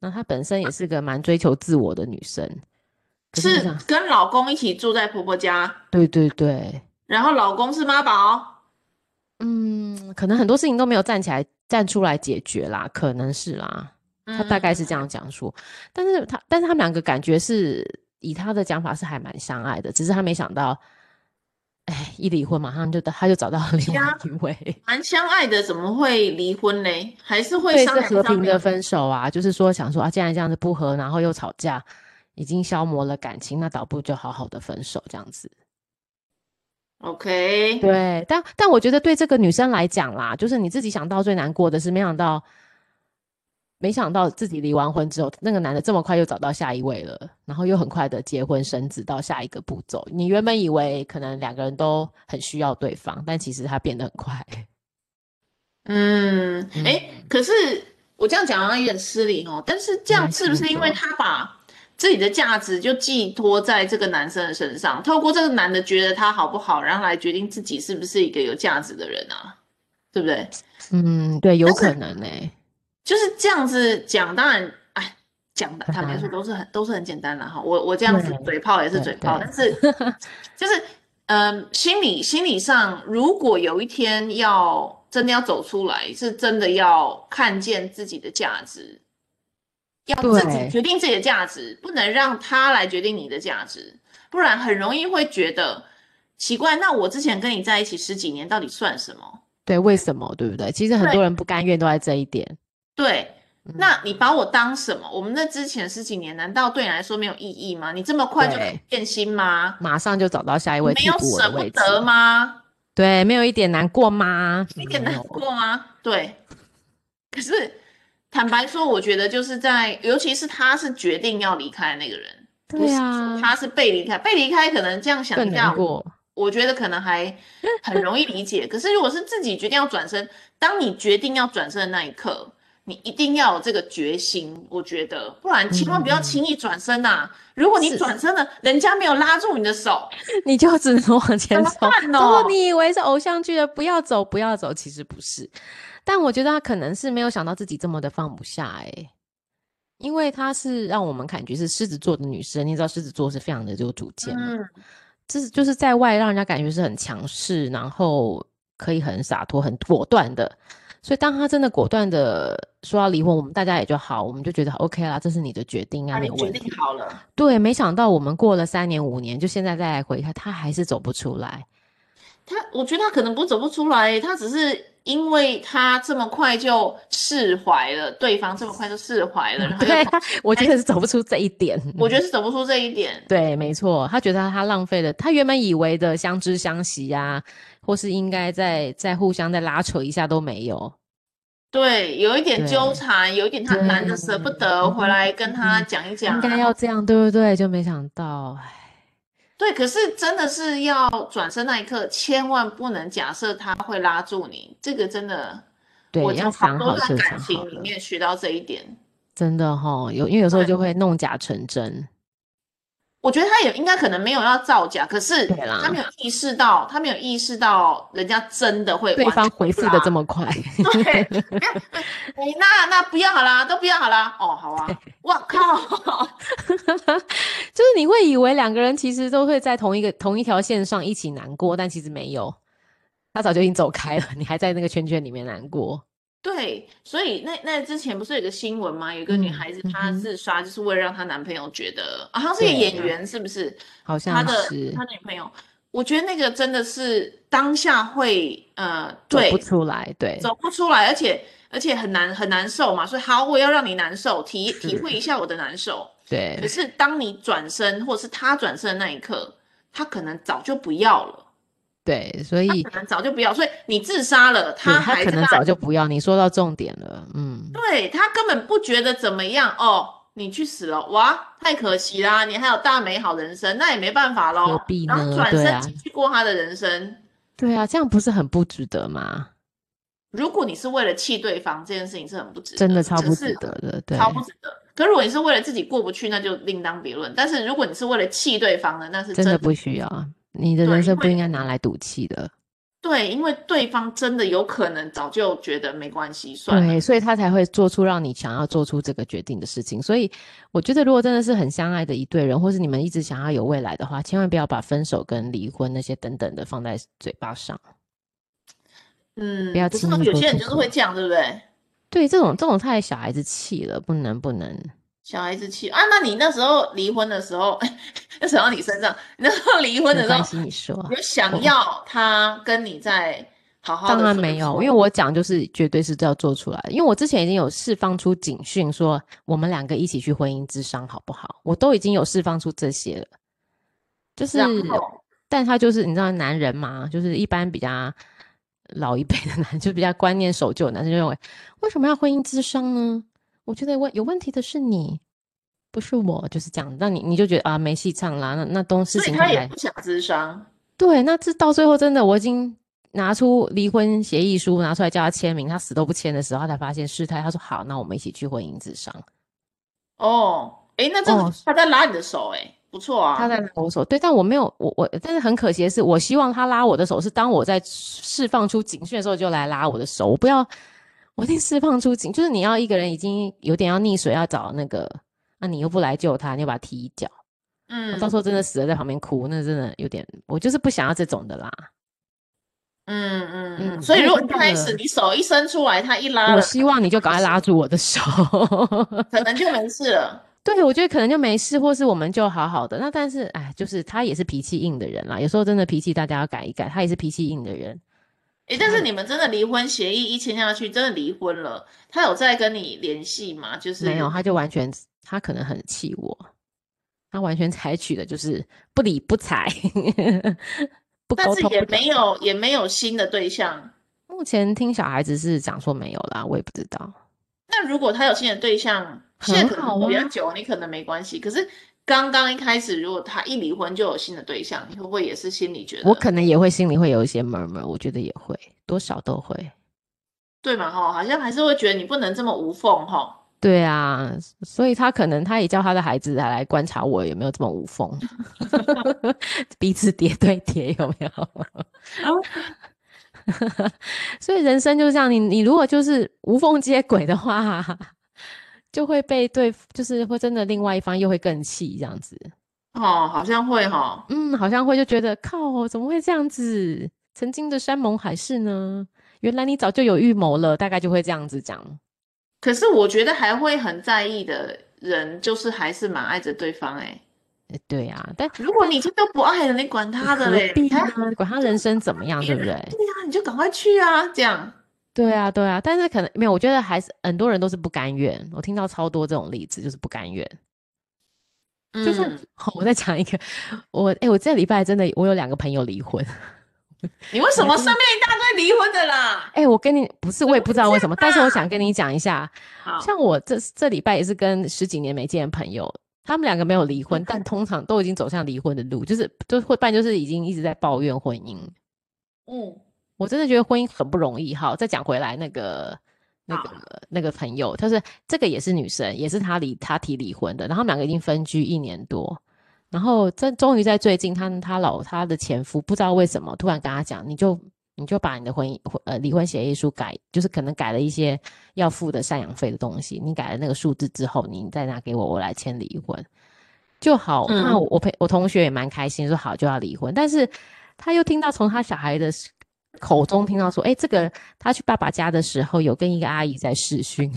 那她本身也是个蛮追求自我的女生，可是你
是
想，
跟老公一起住在婆婆家，
对对对，
然后老公是妈宝。
嗯，可能很多事情都没有站起来站出来解决啦，可能是啦，她大概是
嗯，
这样讲述。但是她，但是他们两个感觉是以她的讲法是还蛮相爱的，只是她没想到，哎，一离婚马上就她就找到了另外
家
一位。
蛮相爱的，怎么会离婚呢？还是会
对，
商
是
量
和
商
平的
量。
分手啊，就是说想说啊，既然这样子不和，然后又吵架，已经消磨了感情，那倒不如就好好的分手这样子。
OK，
对，但但我觉得对这个女生来讲啦，就是你自己想到最难过的是，没想到没想到自己离完婚之后，那个男的这么快又找到下一位了，然后又很快的结婚生子到下一个步骤。你原本以为可能两个人都很需要对方，但其实他变得很快。
嗯，哎，
嗯，
可是我这样讲好像有点失礼哦。但是
没
这样
关
是
系，
不
你
是因为
说。
他把自己的价值就寄托在这个男生的身上，透过这个男的觉得他好不好，然后来决定自己是不是一个有价值的人啊？对不对？
嗯，对，有
但
可
是
能欸呢、
就是这样子讲，当然，哎，讲的
很
坦白说
难。
都是很都是很简单了哈。我我这样
对
子嘴炮也是
对
嘴炮，
对，
但 是就是嗯、心理心理上，如果有一天要真的要走出来，是真的要看见自己的价值，要自己
对，
决定自己的价值，不能让他来决定你的价值，不然很容易会觉得奇怪。那我之前跟你在一起十几年，到底算什么？
对，为什么，对不对？其实很
对。
多人不甘愿都在这一点。
对，那你
嗯，
把我当什么？我们那之前十几年，难道对你来说没有意义吗？你这么快就可以
对，
变心吗？
马上就找到下一
你
位
没
替
有
补我的
舍不
位置
得
了。
吗？
对，没有一点难过吗？
一点
没
难
有，
过吗？对，可是坦白说，我觉得就是在，尤其是他是决定要离开的那个人，不
对
是说
啊，
他是被离开，被离开可能这样想
更
一
难
下，
过。
我觉得可能 还很容易理解。可是如果是自己决定要转身，当你决定要转身的那一刻，你一定要有这个决心，我觉得，不然千万不要轻
嗯，
易转身呐、如果你
是，
转身了，人家没有拉住你的手，
你就只能往
怎
前
么
走。
办
如果
哦？
你以为是偶像剧的，不要走，不要走，其实不是。但我觉得他可能是没有想到自己这么的放不下、欸，因为她是让我们感觉是狮子座的女生，你知道狮子座是非常的有主见嘛，
嗯，
这就是在外让人家感觉是很强势，然后可以很洒脱、很果断的。所以当他真的果断的说要离婚，我们大家也就好，我们就觉得 OK 啦，这是你的决定啊，没
那你
有
决
问题
定。好了，
对，没想到我们过了三年五年，就现在再来回看，他还是走不出 来。
他我觉得他可能不是走不出来，他只是因为他这么快就释怀了，对方这么快就释怀了，然后又
对， 我觉得是走不出这一点。
我觉得是走不出这一点。
对，没错，他觉得他浪费了他原本以为的相知相惜呀、或是应该再再互相再拉扯一下都没有。
对，有一点
对
纠缠，有一点他
对嗯
男的舍不得回来跟他讲一讲，啊
应该要这样，对不对？就没想到，唉
对，可是真的是要转身那一刻，千万不能假设他会拉住你，这个真的，
对，
我
要
从
想
好
好
多
就
段
想
感
好
情里
了，
面学到这一点。
真的哈、有因为有时候
对
就会弄假成真，
我觉得他也应该可能没有要造假，可是
对啦
他没有意识到，他没有意识到人家真的会
对
完
方
全
回复
拉
的这么快，
对，没有哎，那那不要好啦，都不要好啦，哦，好啊，我靠，
就是你会以为两个人其实都会在同一个同一条线上一起难过，但其实没有，他早就已经走开了，你还在那个圈圈里面难过。
对，所以那那之前不是有个新闻吗？有一个女
嗯
孩子
嗯
她
哼
自杀，就是为了让她男朋友觉得，啊，她是一个
对
演员，是不是？
好
他
像
的
是
他的女朋友，我觉得那个真的是当下会呃，
走
对
不，出来，对，
走不出来，而且而且很难很难受嘛。所以好，我要让你难受，体体
是
会一下我的难受。可
对，
是当你转身，或者是他转身的那一刻，他可能早就不要了，
对，所
他
以
可能早就不要，所以你自杀了，
对
他
他
还
可
在
能
那
早就不要。你说到重点了，嗯，
对他根本不觉得怎么样哦，你去死了哇，太可惜啦，你还有大美好人生，那也没办法
何
喽。
必
然后
呢
转
对
身
啊
继续过他的人生。
对啊，这样不是很不值得吗？
如果你是为了气对方，这件事情是很不值得，
真的超
只
不
是
值得的，对，
超不值得。可如果你是为了自己过不去，那就另当别论。但是如果你是为了气对方的，那是
真
的
的不需要。你的
对
人
因
生不
为
应该拿来赌气的，
对，因为对方真的有可能早就觉得没关系，算了。
对，所以他才会做出让你想要做出这个决定的事情。所以我觉得，如果真的是很相爱的一对人，或是你们一直想要有未来的话，千万不要把分手跟离婚那些等等的放在嘴巴上。
嗯，
不要
不是
轻
吗
易
有
说
些人
出
就是
口
会这样，对不对？
对，这种这种太小孩子气了，不能不能。
小孩子气啊，那你那时候离婚的时候， 要扯到你身上，你那时候离婚的
没
时
关
候，
系，你说。啊
有
我
想要他跟你再好好的？
当然没有，因为我讲就是绝对是要做出来的，因为我之前已经有释放出警讯，说我们两个一起去婚姻之商好不好？我都已经有释放出这些了，就是
然，后
但他就是你知道男人嘛，就是一般比较老一辈的男，就比较观念守旧的男生就认为，为什么要婚姻之商呢？我觉得问有问题的是你，不是我，就是这样，那你你就觉得啊没戏唱啦，那那东事
所以
情
他
看起
也
来
不想咨商，
对，那这到最后真的，我已经拿出离婚协议书拿出来叫他签名，他死都不签的时候，他才发现事态。他说好，那我们一起去婚姻之商。
哦，诶，那这个
哦
他在拉你的手、诶，不错啊。
他在拉我手，对，但我没有，我我，但是很可惜的是，我希望他拉我的手是当我在释放出警讯的时候就来拉我的手，我不要，我一定释放出警，就是你要一个人已经有点要溺水要找那个，那、你又不来救他，你又把他踢一脚，我
嗯
到时候真的死了在旁边哭，那真的有点，我就是不想要这种的啦。
嗯嗯嗯，
嗯
所以
因为
如果
真
一开
的
始你手一伸出来，他一拉
我
了，
希望你就赶快拉住我的 手。
可能就没事了。
对，我觉得可能就没事，或是我们就好好的。那但是，哎，就是他也是脾气硬的人啦。有时候真的脾气大家要改一改，他也是脾气硬的人。
诶，但是
嗯
你们真的离婚协议一签下去，真的离婚了，他有再跟你联系吗？就是
没有，他就完全，他可能很气我，他完全采取的就是不理不睬， 不
但
沟
是
通。
也
不
没有也没有新的对象。
目前听小孩子是讲说没有啦，我也不知道。
那如果他有新的对象，现在
很
可能
好
比较
啊
久，你可能没关系。可是刚刚一开始，如果他一离婚就有新的对象，你会不会也是心里觉得
我可能也会心里会有一些 murmur，我觉得也会，多少都会。
对嘛？哈，好像还是会觉得你不能这么无缝哈。
对啊，所以他可能他也叫他的孩子来来观察我有没有这么无缝，彼此叠对叠有 没有？所以人生就是这样，你你如果就是无缝接轨的话，就会被对，就是会真的另外一方又会更气这样子。
哦，好像会哈。
嗯，好像会就觉得靠，怎么会这样子？曾经的山盟海誓呢？原来你早就有预谋了，大概就会这样子讲。
可是我觉得还会很在意的人，就是还是蛮爱着对方哎、
呃对啊，但
如果你这都不爱了，你管他的
何
嘞，
必
你
呢
还？
管他人生怎么样，对不对？
对啊，你就赶快去啊，这样。
对啊，对啊，但是可能没有，我觉得还是很多人都是不甘愿。我听到超多这种例子，就是不甘愿。就像、
嗯，
我再讲一个， 我哎、我这礼拜真的我有两个朋友离婚。
你为什么身边一大堆离婚的啦？
哎、我跟你不是，我也不知道为什么，但是我想
啊
跟你讲一下，
好，
像我这这礼拜也是跟十几年没见的朋友，他们两个没有离婚，但通常都已经走向离婚的路，就是就会半就是已经一直在抱怨婚姻。
嗯
我真的觉得婚姻很不容易。好，再讲回来那个那
好
个那个朋友，她是这个也是女生，也是她离她提离婚的，然后他们两个已经分居一年多，然后这终于在最近，她她老她的前夫不知道为什么突然跟她讲，你就你就把你的婚姻婚呃离婚协议书改，就是可能改了一些要付的赡养费的东西，你改了那个数字之后，你再拿给我，我来签离婚。就好。那
嗯
我我陪我同学也蛮开心，说好就要离婚，但是他又听到从他小孩的是口中听到说，哎、这个他去爸爸家的时候有跟一个阿姨在视讯，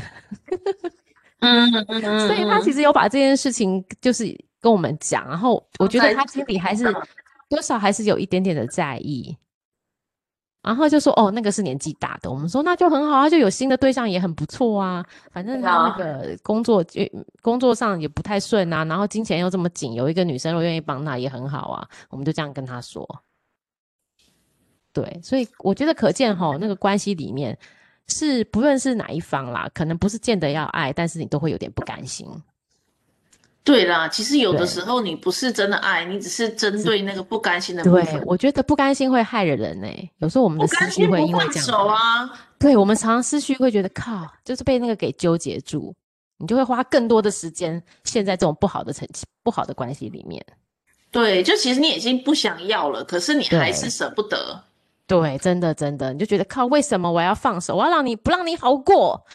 嗯嗯嗯嗯
所以他其
实
实有把这件事情就是跟我们讲，然后我觉得他心里还
嗯
是多少还是有一点点的在意。然后就说哦，那个是年纪大的。我们说那就很好，啊他就有新的对象也很不错啊。反正
对
他那
啊
个工作就工作上也不太顺啊，然后金钱又这么紧，有一个女生如果愿意帮他也很好啊。我们就这样跟他说。对，所以我觉得可见
嗯
吼，那个关系里面是不论是哪一方啦，可能不是见得要爱，但是你都会有点不甘心。
对啦，其实有的
对
时候你不是真的爱，你只是针对那个不甘心的部
对，
分。
我觉得不甘心会害了人呢、有时候我们
不
的思
甘
绪
心
会
不
因为
放
这样
手
子，
啊，
对我们常常思绪会觉得靠，就是被那个给纠结住，你就会花更多的时间陷在这种不好的成不好的关系里面。
对，就其实你已经不想要了，可是你还是
对哦
舍不得。
对，真的真的，你就觉得靠，为什么我要放手？我要让你不让你好过？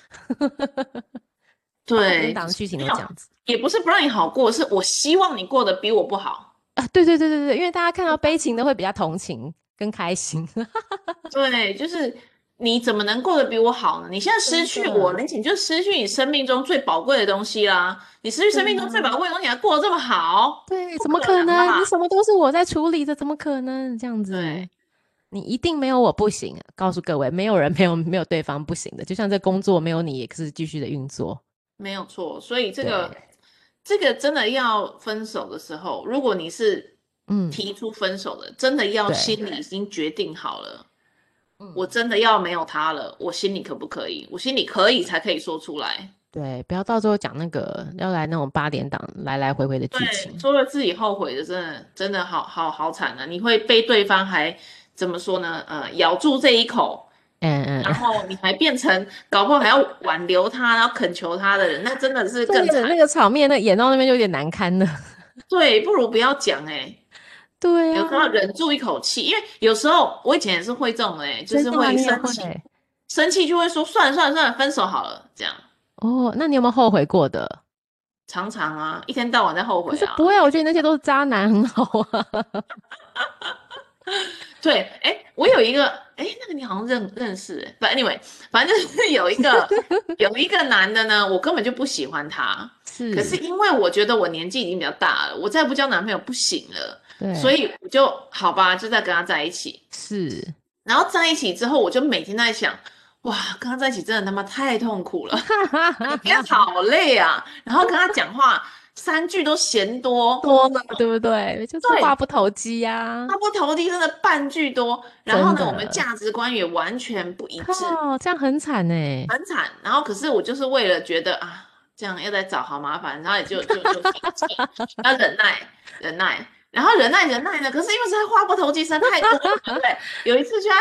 对
跟，档剧情都
没
这
有
样 子
也不是不让你好过，是我希望你过得比我不好。
啊！对对对对对，因为大家看到悲情的会比较同情跟开心。
对，就是你怎么能过得比我好呢？你现在失去
真的啊
我，你你就失去你生命中最宝贵的东西啦。你失去生命中
嗯
最宝贵的东西，你还过得这么好？
对，
不
怎么
可
可
能
能？你
吧
什么都是我在处理的，怎么可能这样子？
对，
你一定没有我不行。啊告诉各位，没有人没有没有对方不行的，就像这工作没有你也是继续的运作。
没有错。所以这个这个真的要分手的时候，如果你是
嗯，
提出分手的，真的要
对
心里已经决定好了，
嗯
我真的要没有他了，我心里可不可以？我心里可以才可以说出来。
对，不要到最后讲那个要来那种八点档来来回回的剧
对，
情。
说了自己后悔的，真的真的好好好惨啊！你会被对方还怎么说呢？呃，咬住这一口，
嗯嗯
然
嗯，
后你还变成搞不好还要挽留他，然后恳求他的人，那真的是更
对的，
惨。
那个场面，那演到那边就有点难堪了。
对，不如不要讲哎、
对
有
啊
时，候忍住一口气，因为有时候我以前也是会这种哎、就是
真的啊
会
你也
生气，
会
生气就会说算了算了算了，分手好了，这样
哦。那你有没有后悔过的？
常常啊，一天到晚在后
可
悔
是
啊。
不会啊，我觉得你那些都是渣男，很好啊。
对，哎，我有一个，哎，那个你好像认认识，哎反正 anyway，反正就是有一 个有一个男的呢，我根本就不喜欢他，
是，
可是因为我觉得我年纪已经比较大了，我再不交男朋友不行了，
对，
所以我就好吧，就再跟他在一起。
是。
然后在一起之后，我就每天在想，哇，跟他在一起真的他妈太痛苦了， 每天好累啊。然后跟他讲话三句都嫌多，
多了，对不对？就是
对
话不投机呀、
他不投地真的半句多。然
真
后呢，
的
我们价值观也完全不一致。
靠，这样很惨哎、
很惨。然后可是我就是为了觉得啊，这样又在找好麻烦，然后也就就就放弃要忍耐忍耐，然后忍耐忍耐呢，可是因为实在话不投机，实在太多了，对不对？有一次去他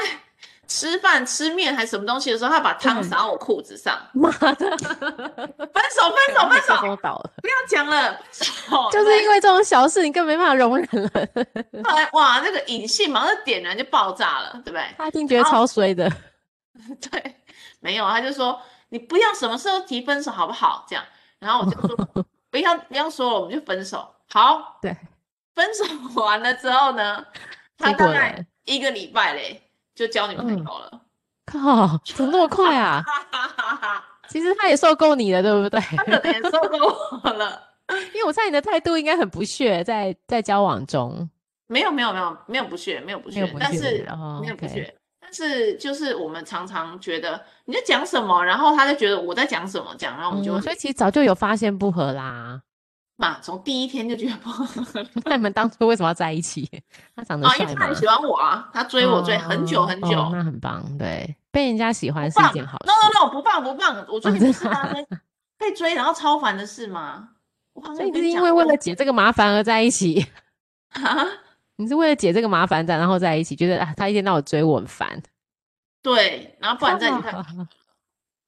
吃饭吃面还是什么东西的时候，他把汤
嗯
洒我裤子上，
妈的，
分手分手分手，
手倒了，
不要讲了，分手。
就是因为这种小事，你更没办法容忍 了。
对后来哇，那个隐性马上点燃就爆炸了，对不对？
他一定觉得超衰的，
对，没有，啊，他就说你不要什么时候提分手好不好？这样，然后我 就说不要不要说了，我们就分手。好，
对，
分手完了之后呢，他嗯
结果
大概
嘞
一个礼拜嘞，就交女朋友 了。
靠，怎么那么快啊？
哈哈哈哈，
其实他也受够你了，对不对？
他可能也受够我了。
因为我猜你的态度应该很不屑，在在交往中
没有没有没有没有不屑，没有不
没
屑
有，不
但
屑
是
哦
没有不
，OK
屑，但是就是我们常常觉得你在讲什么，然后他就觉得我在讲什么讲，然后我们就
嗯，所
会
以其实早就有发现不合 啦。
嘛，从第一天就觉得不合
那你们当初为什么要在一起？ 他长得
啊，因为
帅
他
吗
很？喜欢我啊，他追我追很久
哦
很
哦
久
那很棒。对，被人家喜欢是
棒
一件好
，no no
事。
no，不棒不棒，我最
哦
近
真
不是
的
啊被被追然后超烦的事吗？我好
所
像
以你
有跟
是
你
因
讲
为为
过
了解这个麻烦而在一起，
啊，
你是为了解这个麻烦，然后在一起，觉得啊，他一天到晚追我很烦。
对，然后不 然再去看，
看。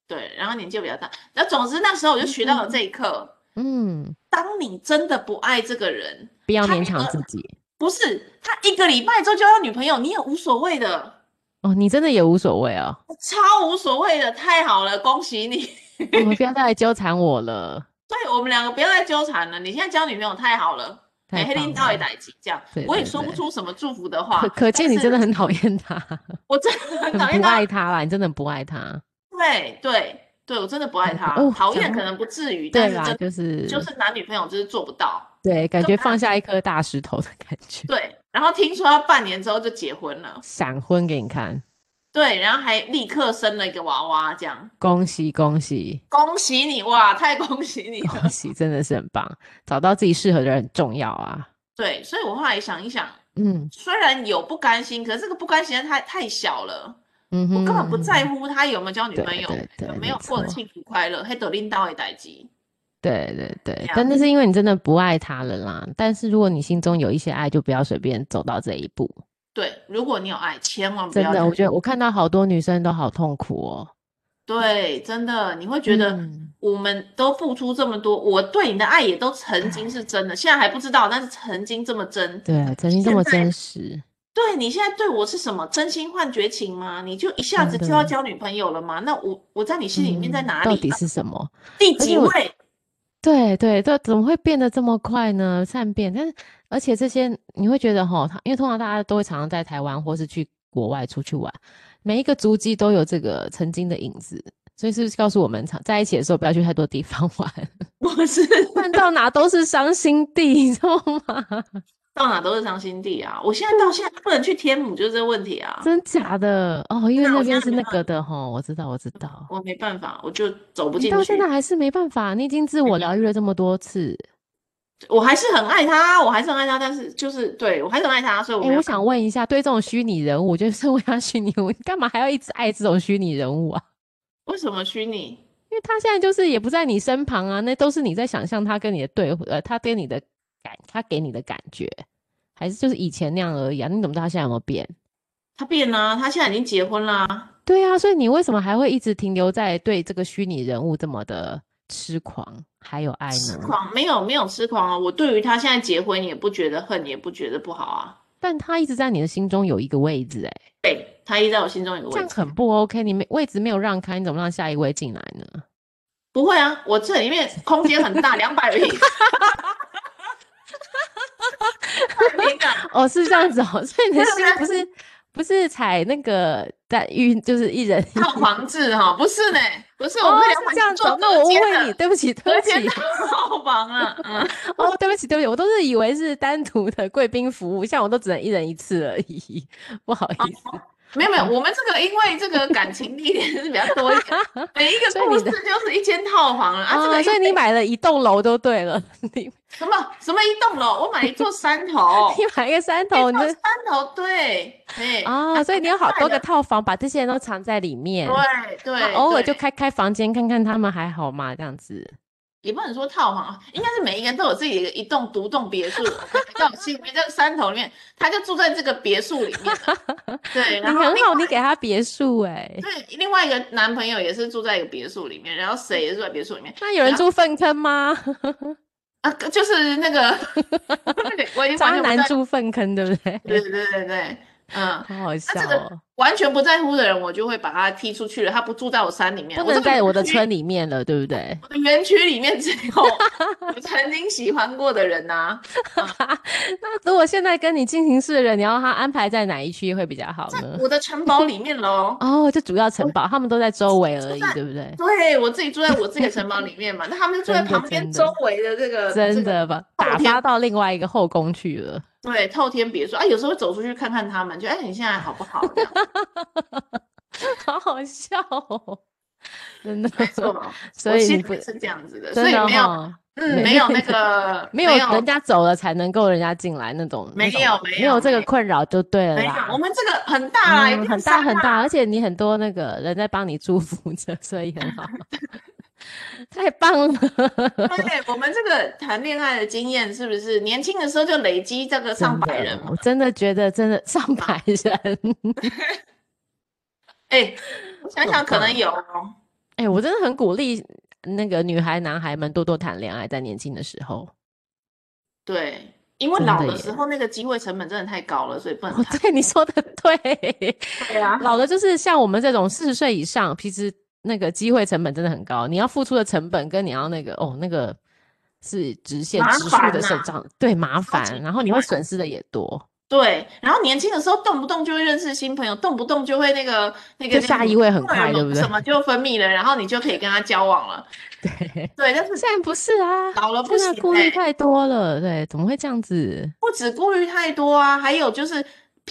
对，然后年纪又比较大，那总之那时候我就学到了这一课，
嗯，
当你真的不爱这个人。
不要
他
勉
一
强
个
自己
不是，他一个礼拜之后交到女朋友，你也无所谓的，
哦，你真的也无所谓哦。
我超无所谓的，太好了，恭喜你。
我们哦不要再来纠缠我了。
所以我们两个不要再纠缠了，你现在交女朋友太好了，
太
哎黑
棒
林到底
了
逮几这样
对，
我也
对
说不
对
出什么祝福的话
可。可见你真的
啊但是
很讨厌他，
我真的很
很
讨厌
不
他，
爱他啦，你真的很不爱他。
对对对，我真的不爱
嗯
他，
哦
讨厌
讲
可
到
能不至于，
对
但是
啦，
真
就是
就是男女朋友就是做不到。
对，感
就
觉
怕
放下一颗大石头的感觉，
对，然后听说他半年之后就结婚了，
闪婚给你看，
对，然后还立刻生了一个娃娃，这样
恭喜恭 喜
恭喜你哇，太恭喜你了
恭。喜，真的是很棒，找到自己适合的人很重要啊。
对，所以我后来想一想，
嗯
虽然有不甘心，可是这个不甘心太太小了，
嗯
我
哼，
根本不在乎他有没有交女
对
朋友
对，对
有没
没
有过得
错
幸福快乐，黑斗拎到的代际。
对对对，
样
但那是因为你真的不爱他了啦。但是如果你心中有一些爱，就不要随便走到这一步。
对，如果你有爱，千万不
真
要
的，
再
我觉得我看到好多女生都好痛苦哦，
对，真的你会觉得
嗯
我们都付出这么多，我对你的爱也都曾经是真的，现在还不知道，但是曾经这么真。
对，曾经这么
现在
真实，
对你现在对我是什么真心换绝情吗？你就一下子
真
就要
的
交女朋友了吗？那我我在你心里面在
嗯
哪
到
里
底
啊？
是什么？
第
且
几
我
位？
对对，这怎么会变得这么快呢？善变，但是而且这些你会觉得哈，他因为通常大家都会常常在台湾或是去国外出去玩，每一个足迹都有这个曾经的影子，所以是不是告诉我们，常在一起的时候不要去太多地方玩，
我是
不然到哪都是伤心地， 你知道吗？
到哪都是伤心地啊！我现在到现在不能去天母，就是这个问题啊。
真假的哦，因为
那我
那
现
边
在
是
没
那
办
个的哈，我知道，我知道。
我没办法，我就走嗯不
你
进
到现
去
在。还是没办法，你已经自我疗愈了这么多次。
我还是很爱他，我还是很爱他，但是就是对我还是很爱他，所以我
哎、
没有
我想问一下，对这种虚拟人物， 我觉得身为他虚拟人物，你干嘛还要一直爱这种虚拟人物啊？
为什么虚拟？
因为他现在就是也不在你身旁啊，那都是你在想象他跟你的对，呃，他跟你的感，他给你的感觉，还是就是以前那样而已啊？你怎么知道他现在有没有变？
他变啦、他现在已经结婚啦、
对啊，所以你为什么还会一直停留在对这个虚拟人物这么的痴狂，还有爱
痴
呢？
狂没有没有痴狂啊！我对于他现在结婚也不觉得恨，也不觉得不好啊。
但他一直在你的心中有一个位置、哎，
对他一直在我心中有个
这
位
样
置，
很不 OK。你没位置没有让开，你怎么让下一位进来呢？
不会啊，我这里面空间很大，两百 平。平啊，
哦，是这样子哦， 所以你的
对
心
啊
不是不是踩那个在运，就是一人一。
套 房子哈、不是呢，不 是，我
哦
们两
是
百
这样
平
子
做
哦，那我
隔
误
间
会
的
你，对不 起，对
隔
不
间
起，
套房啊，嗯，
哦，对不起，对不起，我都是以为是单独的贵宾服务，像我都只能一人一次而已，不好
哦
意思。
没有没有，我们这个因为这个感情历练是比较多一 点，每一个
所以
故
你
事
的
就是一间套房了啊，这
啊，
个
所以你买了一栋楼就对了，你，
什么什么一栋楼，我买一座山 头
你买一个山
一
头，你
座
就
山头，哦对，哎，
啊，所以你有好
卖
多个
的
套房，把这些人都藏在里面，
对
那
对，
偶尔就
对，
开开房间看看他们还好吗？这样子。
也不能说套房，啊应该是每一个人都有自己的一栋独栋别墅，啊 在我心里面，这个山头里面，他就住在这个别墅里面 了，对，
你
然后
很
另
好，你给他别墅哎、
对另外一个男朋友也是住在一个别墅里面，
嗯
然后谁也住在别墅里面。
那有人
然
住粪坑吗？
啊，就是那 个，我已经完
渣
全不
男
在。
住粪坑，对不对？
对对对对，嗯，
好好笑
这个
哦。
完全不在乎的人，我就会把他踢出去了。他不住在我山里面，
不
我这
能
个
在我的
园区
村里面了，对不对？
我的园区里面只 有我曾经喜欢过的人呐、
那如果现在跟你进行式的人，你要他安排在哪一区会比较好呢？
我的城堡里面 喽。
哦，就主要城堡，他们都在周围而已，对不对？
对我自己住在我自己的城堡里面嘛，那他们就住在
真的
旁边
真的
周围的这个这
真
个
的吧，
后
打
天
发到另外一个后宫去了。
对透天别墅啊，有时候会走出去看看他们，就哎你现在好不好？这样
好好笑哦，真的。
没错，
所
我
以
心
你
里
不
面是这样子的，所
真
以
的
没有
哈，
嗯
没
没有那个
没
有
有人家走了才能够人家进来那种，那
没
种
有没
没有
有
这个
没有
困扰就对了
没有
啦，。
我们这个很大啦，一
嗯
定
很
上
大很
啦
大，而且你很多那个人在帮你祝福着， 所以很好，太棒了，
对，我们这个谈恋爱的经验是不是年轻的时候就累积这个 上
真
百
的
人嘛？
我真的觉得真的上 百人，
哎、我想想可能有哦，
哎，我真的很鼓励那个女孩男孩们多多谈恋爱，在年轻的时候，
对，因为
真
老
的
的
耶
时候那个机会成本真的太高了，所以不能
哦，
谈。
对你说的对。
对啊，
老的就是像我们这种四十岁以上，其实那个机会成本真的很高，你要付出的成本跟你要那个哦那个是直线
麻
直数
烦
的
呐
成长，对麻
超级
烦，然后你会损失的也多，
对。然后年轻的时候动不动就会认识新朋友，动不动就会那个那个
就
叫
下
什
一
么
位很
荷尔
快，对
蒙
不对
什？么就分泌了，然后你就可以跟他交往了。
对，
对，但是
现在不是啊，
老了不
现在
行
顾虑
欸
太多了，对，怎么会这样子？
不止顾虑太多啊，还有就是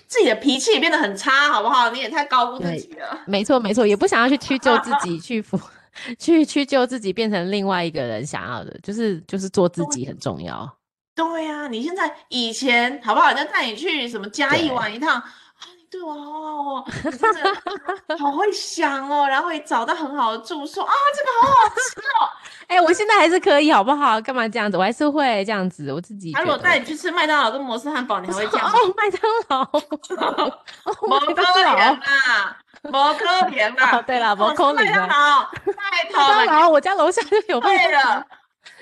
自己的脾气也变得很差，好不好？你也太高估自
对
己了。
没错，没错，也不想要去屈就自己，去服， 去屈就自己变成另外一个人想要的，就是就是做自己很重要。
对呀、你现在以前好不好？人家带你去什么嘉义
对
玩一趟啊，你对我好好哦，你真 的好会想哦，然后也找到很好的住宿啊，这个好好吃哦。
哎、我现在还是可以，好不好？干嘛这样子？我还是会这样子，我自己
他
觉
如果
得
啊带你去吃麦当劳跟摩斯汉堡，你还会这样 吗？
哦，麦当劳， 哦，
摩
麦
哥
当
脸
劳，
啦，摩哥脸啦，
哦对啦
哦
摩哥
吃
脸
麦当劳，拜
麦
托
当
了，
劳，我家楼下就有麦
对
当劳
了。。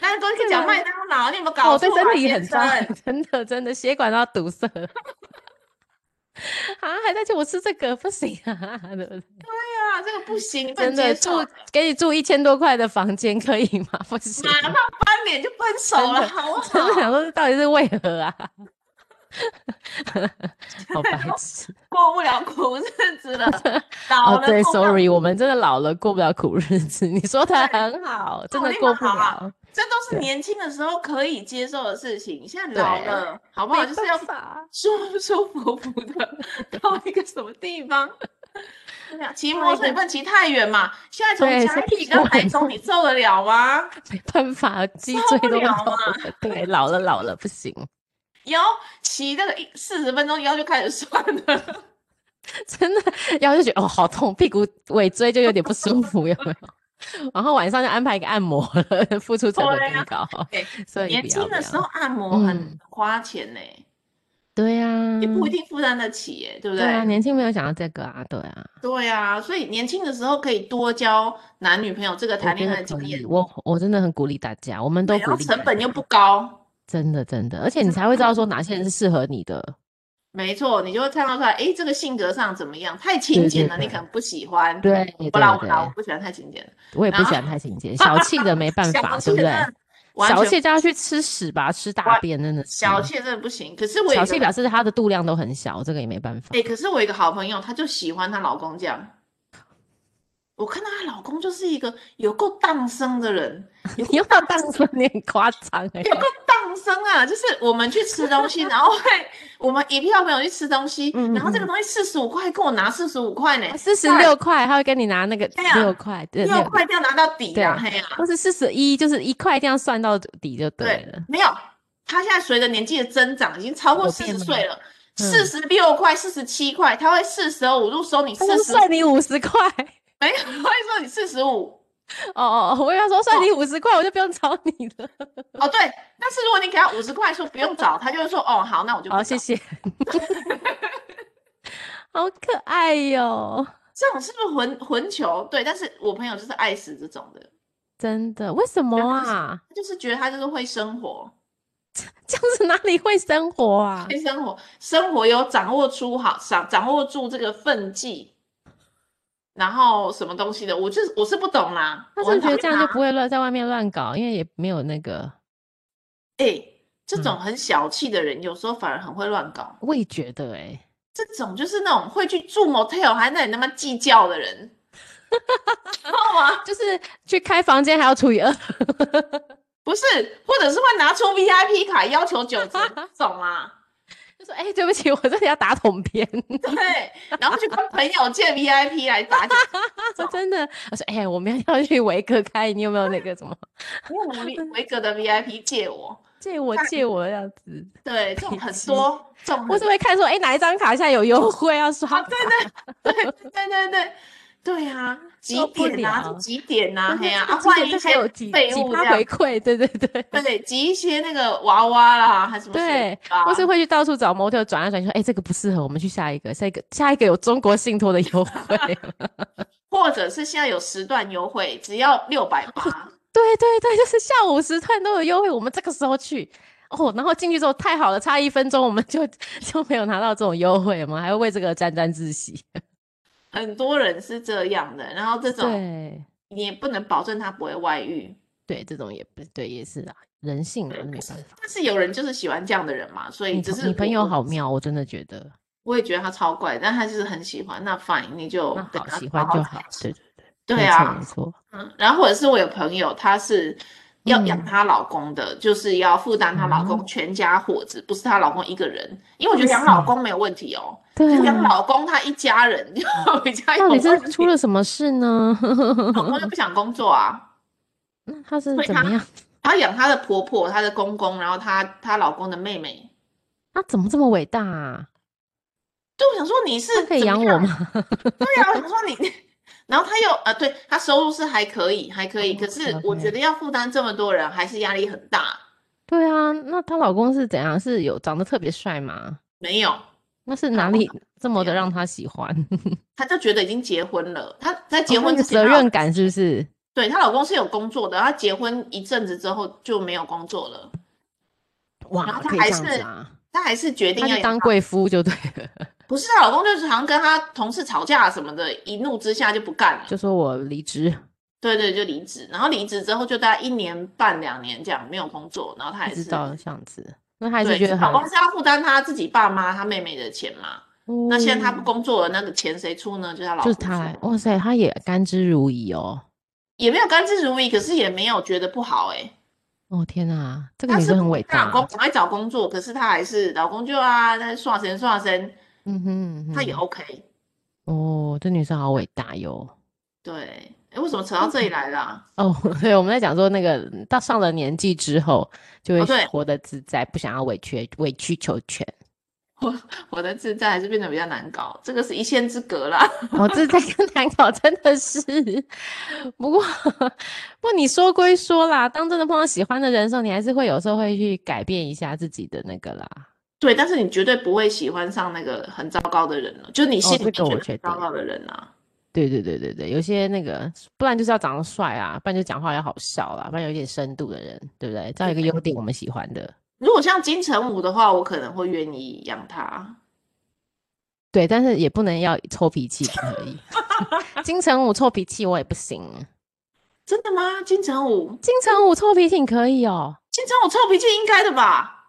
那光是
对
讲
啦
麦当劳，你有没有搞
哦，
错
对身
啊，
体
先
很糟
生？，
真的真的，血管都要堵塞了。 啊，还在叫我吃这个不行啊，对不对？
对啊，这个不行，你不能
真的
接
住
受，
给你住一千多块的房间可以吗？ 不行，
马上翻脸就分手
真
了，
的
好不
真的
好？
想说这到底是为何啊？ 好 白痴
过不了苦 日子了，老
哦！
了
对
碰到
，sorry，我们真的老了，过不了苦日子。你说的很好，真
我
的
立
过
马
不
好啊
了。
这都是
对
年轻的时候可以接受的事情，现在老
对
了，好不好？就是 要
法。
舒舒服服的到一个什么地方。 对呀，骑摩托车
哎
也不能骑太远嘛。现在从
对
嘉
是
义
屁
到
股
台
很
中，你受得了吗？
没办法，脊椎
受不
都会
了
痛
嘛
的。对，老了老了不行，
腰骑那个一四十分钟，腰就开始酸了。
真的腰就觉得哦好痛，屁股尾椎就有点不舒服，有没有？ 然后晚上就安排一个按摩了，付出成本
对啊
更高，
哎
所以
年
不
轻
要不
的时候
要。
按摩很
嗯
花钱呢，
对呀，
也不一定负担得起耶，对不
嗯对啊，年轻没有想到这个啊，对啊，
对啊，所以年轻的时候可以多交男女朋友这个
我
谈
觉
恋爱
得
的经
可
验
以，，我我真的很鼓励大家，我们都
对然
鼓
后
励啊大家，
成本又不高，
真的真的，而且你才会知道说哪些人是适合你的，
没错，你就会看到出来，哎，这个性格上怎么样？太勤
对
俭
对
了，你可
对
能不喜欢。
对对
我啦我啦，我
对，
不喜欢太勤俭的，
我也不
然
喜
后
欢太勤俭，小气的没办
小
法，
气
对不对？
真的完
小
全
气就要去吃屎吧，吃大
完
便真的是。
小气真的不行。可是我有
小
一
气
个，
表示它的度量都很小，这个也没办法。
哎，可是我有一个好朋友，她就喜欢她老公这样。我看到她老公就是一个有够荡生的人，有
你又要当成你很夸张 哎，
有个荡生啊，就是我们去吃东西，然后会我们一票朋友去吃东西，
嗯
然后这个
嗯
东西四十五块，跟我拿四十五块呢，
四十六块，他会跟你拿那个
对啊
六块，对
六块一定要拿到底啊，嘿
对
呀、啊，
或是四十一，就是一块一定要算到底就对了。
没有，他现在随着年纪的增长，已经超过
有
四十
变吗
岁了，
嗯
四十六块、四十七块，他会四舍五入收你
他
四
就
十，
算你五十块，
没有，他会说你四十五。
哦哦，哦我以为他说算你五十块，我就不用找你了。
哦，对，但是如果你给他五十块，说不用找，他就会说哦，好，那 我就不
好，谢
找
谢。 好可爱哟、
这种是不是混混球？对，但是我朋友就是爱死这种的，
真的？为什么
觉得他是
啊？
他就是觉得他就是会生活，
这样子哪里会生活啊？
对生活生活有掌握出好掌掌握住这个分际，然后什么东西的，我就是我是不懂啦。
他
我很
是觉得
讨
这
厌
样就
他
不会乱在外面乱搞，因为也没有那个，
哎、这种很小气的人，有时候反而很会乱搞。
我也觉得哎、
这种就是那种会去住 motel 还在那里那么计较的人，知道吗？
就是去开房间还要除以二，
不是，或者是会拿出 VIP 卡要求九折这种啊。
就说哎、对不起，我这里要打桶边，
对，然后去跟朋友借 VIP 来打酒，
我真的，我说哎、我们要去维克开，你有没有那个什么
因 为我维维格的 VIP 借我。
借我借我这样子？
对，这种很
机
多，这种
我
很
只会看说哎、哪一张卡现在有优惠要刷
啊，，对对对对对对对呀，几
受不
点啊？
了
几点啊？
对
嘿呀，
这
啊，
个
换
这
一
个
些
还有几
废
几
物
趴
这样
回馈，对对对。
对，集一些那个娃娃啦，还是什么水
对
果啊？
或是会去到处找 motel 转来转去，说，哎、这个不适合，我们去下一个，下一个，下一个有中国信托的优惠。
或者是现在有时段优惠，只要六百八。
对对对，就是下午时段都有优惠，我们这个时候去哦，然后进去之后太好了，差一分钟我们就就没有拿到这种优惠，我们还会为这个沾沾自喜。
很多人是这样的，然后这种
对
你也不能保证他不会外遇，
对，这种也不对，也是啊，人性啊，没办法。
但是有人就是喜欢这样的人嘛，所以
你
只
朋
是
你朋
我
友好，妙，我真的觉得
我也觉得他超怪，但他就是很喜欢，那 fine 你就
那
跟
好
他
喜欢
好
就
在
好
一，起
对对没
对
错
啊
没，错，
嗯，然后或者是我有朋友，她是要养
嗯
她老公的，就是要负担她老公
嗯
全家伙子，不是她老公一个人。因为我觉得
哇
养老
塞
公没有问题哦，
对
就养
啊。嗯
老公他一家人就 比较有
到底
问
是
题。
出了什么事呢？
老公又不想工作啊，
那他是
所以
怎
他
么样？
她养她的婆婆、她的公公，然后她她老公的妹妹。
他怎么这么伟大啊？
对，我想说你是
他可以
怎么
养
样
我？吗？
对呀、啊，我想说你，然后他又呃，对，他收入是还可以，还可以，可是我觉
哦 OK，OK
得要负担这么多人，还是压力很大。
对啊，那她老公是怎样？是有长得特别帅吗？
没有。
那是
她
哪
老
里这么的
样
让他喜欢？
她就觉得已经结婚了，她在结
哦那
婚
个
之前
责
她老，
任感是不是？
对她老公是有工作的，她结婚一阵子之后就没有工作了，然
哇，
后她
可以
还
这样子
是
啊！
她还是决定
她
要
就
养
当
她
贵妇就对了，
不是啊她老公就是好像跟她同事吵架什么的，一怒之下就不干了，
就说我离职，
对对，就离职，然后离职之后就大概一年半两年这样没有工作，然后她还
一直
是
到这样子，那她还是
对
觉得
老
很
公是要负担她自己爸妈她妹妹的钱嘛，那现在她不
哦
工作了，那个钱谁出呢？就是她老
就
公
是她来，
出
哇塞，她也甘之如饴哦。
也没有甘之如饴，可是也没有觉得不好哎、
哦天啊，这个
她
女
是
生很伟
她
大
老公
啊。
赶快找工作，可是她还是老公就啊，那刷身刷身，
嗯哼，嗯
她也
哼
OK。
哦，这女生好伟大哟。
对，哎，为什么扯到这里来啦、
哦， 对，我们在讲说那个到上了年纪之后，就
哦
会
对
活得自在，不想要委曲委曲求全。嗯
我的自在还是变得比较难搞，这个是一线之隔啦。
我自哦在跟难搞真的是，不过不过你说归说啦，当真的碰到喜欢的人的时候，你还是会有时候会去改变一下自己的那个啦。
对，但是你绝对不会喜欢上那个很糟糕的人了，就你心里面
哦这个我
觉
觉
得很糟
得
糕的人啊。
对对对对对，有些那个，不然就是要长得帅啊，不然就讲话要好笑啊啦，不然有点深度的人，对不对？这样有一个优点我们喜欢的。
如果像金城武的话，我可能会愿意养他。
对，但是也不能要臭脾气，不可以。金城武臭脾气我也不行，
真的吗？金城武，
金城武臭脾气你可以哦。
金城武臭脾气应该的吧？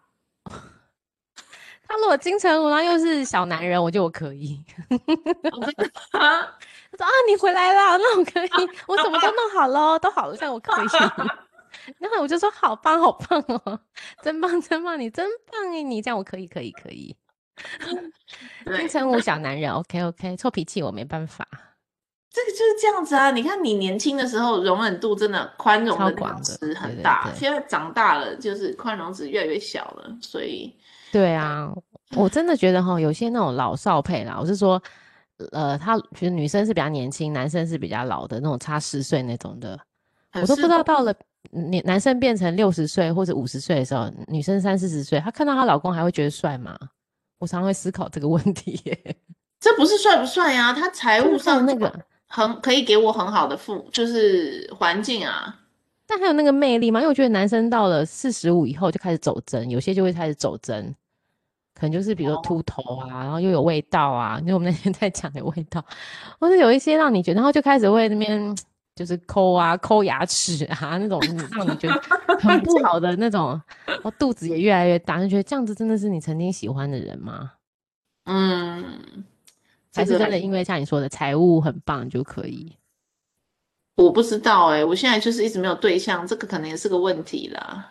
他如果金城武，然后又是小男人，我觉得我可以。
我真的吗
他说啊，你回来啦，那我可以，我什么都弄好喽，都好了，这样我可以。 然后我就说好棒，好棒哦，真棒，真棒，你真棒哎，你这样我可以，可以，可以。
对
金，城武小男人，OK OK，臭 脾气我没办法，
这个就是这样子啊！你看，你年轻的时候容忍度真的宽容
超
的
广
量
的
值
对
很
对
大，
对
现在长大了就是宽容值越来越小了，所以
对啊，我真的觉得哈，有些那种老少配啦，我是说，呃，他觉得女生是比较年轻，男生是比较老的那种，差十岁那种的，
很
我都不
适
知道
合哦
到了嗯年男生变成六十岁或者五十岁的时候，女生三四十岁，她看到她老公还会觉得帅吗？我常会思考这个问题耶。
这不是帅不帅呀、啊？他财
就
务
是还有
上
那
就
个，
很可以给我很好的付，就是环境啊。
但还有那个魅力嘛，因为我觉得男生到了四十五以后就开始走针，有些就会开始走针，可能就是比如说秃头啊，然后又有味道啊，因为我们那天在讲有味道， 或者有一些让你觉得，然后就开始会那边就是抠啊、抠牙齿啊那种，让你觉 得很不好的那种，然后肚子也越来越大，就觉得这样子真的是你曾经喜欢的人吗？
嗯，
还是
这个
真的因为像你说的财务很棒就可以？
我不知道哎、我现在就是一直没有对象，这个可能也是个问题啦。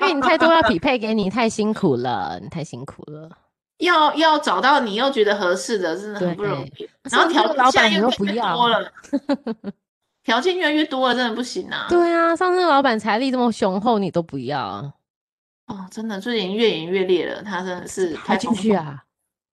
因为你太多要匹配给你，太辛苦了，你太辛苦了。
要要找到你又觉得合适的，真的很不容易。然后
上次
条
那个老
件现在
板你
又
又
越
不
来越
要
多了， 条件越来越多了，真的不行啊。
对啊，上次那个老板财力这么雄厚，你都不要，啊
哦，真的最近越演越烈了，他真的是
还
太
进
疯
去
狂了，
啊？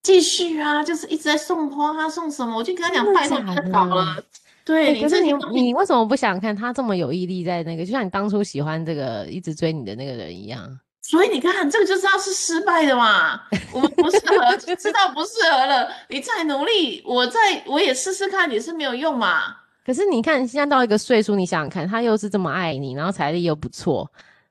继续啊，就是一直在送花送什么，我就跟他讲
真的
拜托
假
不要搞
的
了。对
欸
你
可
这
是你
种
你为什么不想看他这么有毅力在那个，就像你当初喜欢这个一直追你的那个人一样？
所以你看，这个就知道是失败的嘛。我们不适合，就知道不适合了。你再努力，我再我也试试看，也是没有用嘛。
可是你看现在到一个岁数，你想想看，他又是这么爱你，然后财力又不错，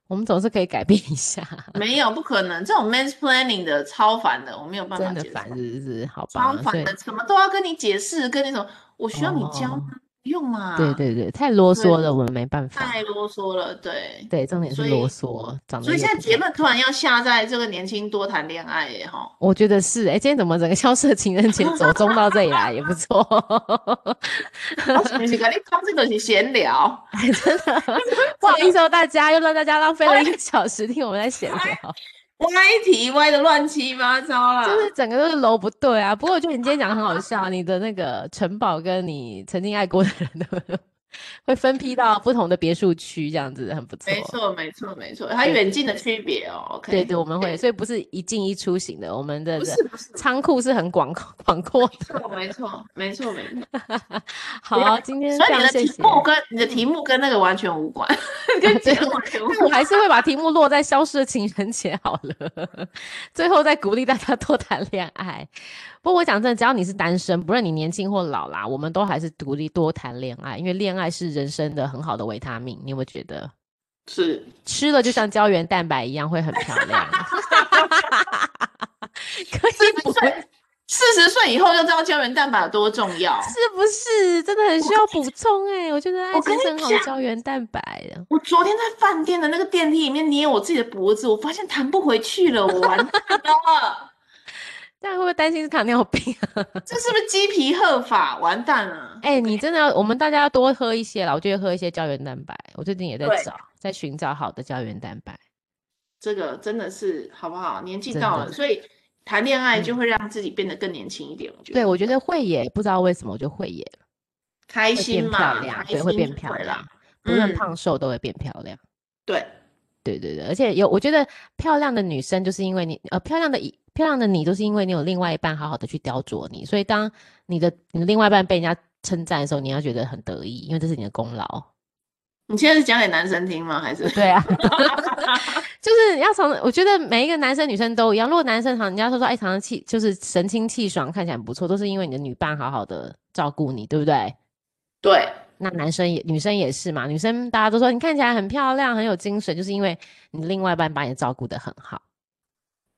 我们总是可以改变一下。
没有，不可能，这种 mansplaining 的超烦的，我没有办法
真的
接受。
烦是不是？好吧
超，烦
对
的，什么都要跟你解释，跟你什么，我需要你教吗？不用嘛。
哦对，对对，太啰
对
嗦了，我们没办法。
太啰嗦了，对。
对，重点
所
是
以
啰嗦，长得
所以
又
现在
不
结
太
论突然要下在这个年轻多谈恋爱耶， 哈。
我觉得是哎、今天怎么整个 消失的情人节走中到这里来也不错，哦
我是跟你讲这个是闲聊，
不好意思哦，大家又让大家浪费了一个小时听我们在闲聊，
歪题歪的乱七八糟啦。
就是整个都是楼不对啊。不过我觉得你今天讲得很好笑，你的那个城堡跟你曾经爱过的人 的会分批到不同的别墅区，这样子很不错。
没错，没错，没错，还有
对
远近的区别哦。OK，
对对，我们会，所以不是一进一出型的，我们的
不是不是，
仓库是很广广阔的。
没错，没错，没错，没错。
好，今天
所
非
以你
常
的
谢
题
谢。
目跟你的题目跟那个完全无关， 跟结论完全无
那我
关。
还是会把题目落在消失的情人节好了，最后再鼓励大家多谈恋爱。不过我讲真的，只要你是单身，不论你年轻或老啦，我们都还是鼓励多谈恋爱，因为恋爱是人生的很好的维他命。你有没有觉得
是，
吃了就像胶原蛋白一样会很漂亮？啊 可
四
以
十
不
岁
会？，
四十岁以后就知道胶原蛋白有多重要。
是不是真的很需要补充、哎，我觉得爱
我
情
跟你
是很好的
讲
胶原蛋白啊的。
我昨天在饭店的那个电梯里面捏我自己的脖子，我发现弹不回去了，我完蛋了。
但会不会担心是糖尿病啊？
这是不是鸡皮鹤发？完蛋了！
哎、你真的要，我们大家要多喝一些啦。我就会喝一些胶原蛋白，我最近也在
对
找，在寻找好的胶原蛋白。
这个真的是好不好？年纪
真
到
的
了，所以谈恋爱
嗯
就会让自己变得更年轻一点。我觉得
对，我觉得会也不知道为什么，我就会也
开
会
心
变
嘛，
漂亮，
开
对，会
心
变
就
漂
会啦
亮，不论
嗯
胖瘦都会变漂亮。
对，
对对对，而且有，我觉得漂亮的女生就是因为你，呃，漂亮的一漂亮的你，就是因为你有另外一半好好的去雕琢你，所以当你的你的另外一半被人家称赞的时候，你要觉得很得意，因为这是你的功劳。
你现在是讲给男生听吗？还是
对啊， 就是要从我觉得每一个男生女生都一样。如果男生常人家说说，哎，常常气就是神清气爽，看起来很不错，都是因为你的女伴好好的照顾你，对不对？
对
那男生也女生也是嘛，女生大家都说你看起来很漂亮，很有精神，就是因为你另外一半把你照顾得很好。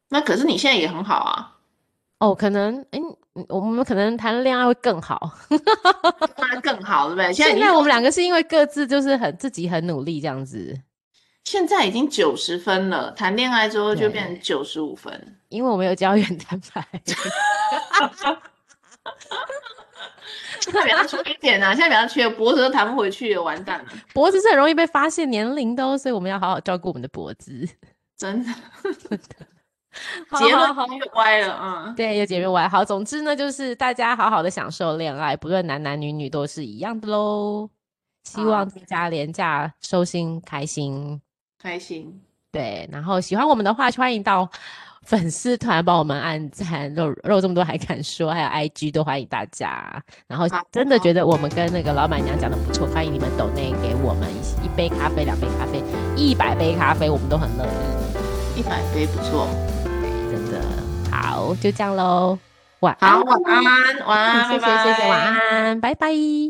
那可是你现在也很好啊，
哦，可能，哎，嗯我们可能谈恋爱会更好。
当然更好，对不对？现在已
现
经
在我们两个是因为各自就是很自己很努力这样子，
现在已经九十分了，谈恋爱之后就
对
变成九十五分。
因为我们有 胶原蛋白。
现在比较缺一点啊，现在 比较缺，脖子都弹不回去了，完蛋了，
脖子是很容易被发现年龄的哦，所以我们要好好照顾我们的脖子。
真的。
好
结
好
论
好，
越歪了，嗯，
对，有姐妹玩好。总之呢，就是大家好好的享受恋爱，不论男男女女都是一样的喽。希望大家廉价收心开心。
开心。
对，然后喜欢我们的话，欢迎到 粉丝团帮我们按赞。肉肉这么多还敢说，还有 IG 都欢迎大家。然后
好
真的觉得我们跟那个老板娘讲的不错，欢迎你们抖内给我们一一杯咖啡、两杯咖啡、一百杯咖啡，我们都很乐意。
一百杯不错，
真的好，就这样喽，晚安，
好，晚安，晚 安，
谢
拜
谢谢谢，
拜
晚安，拜拜。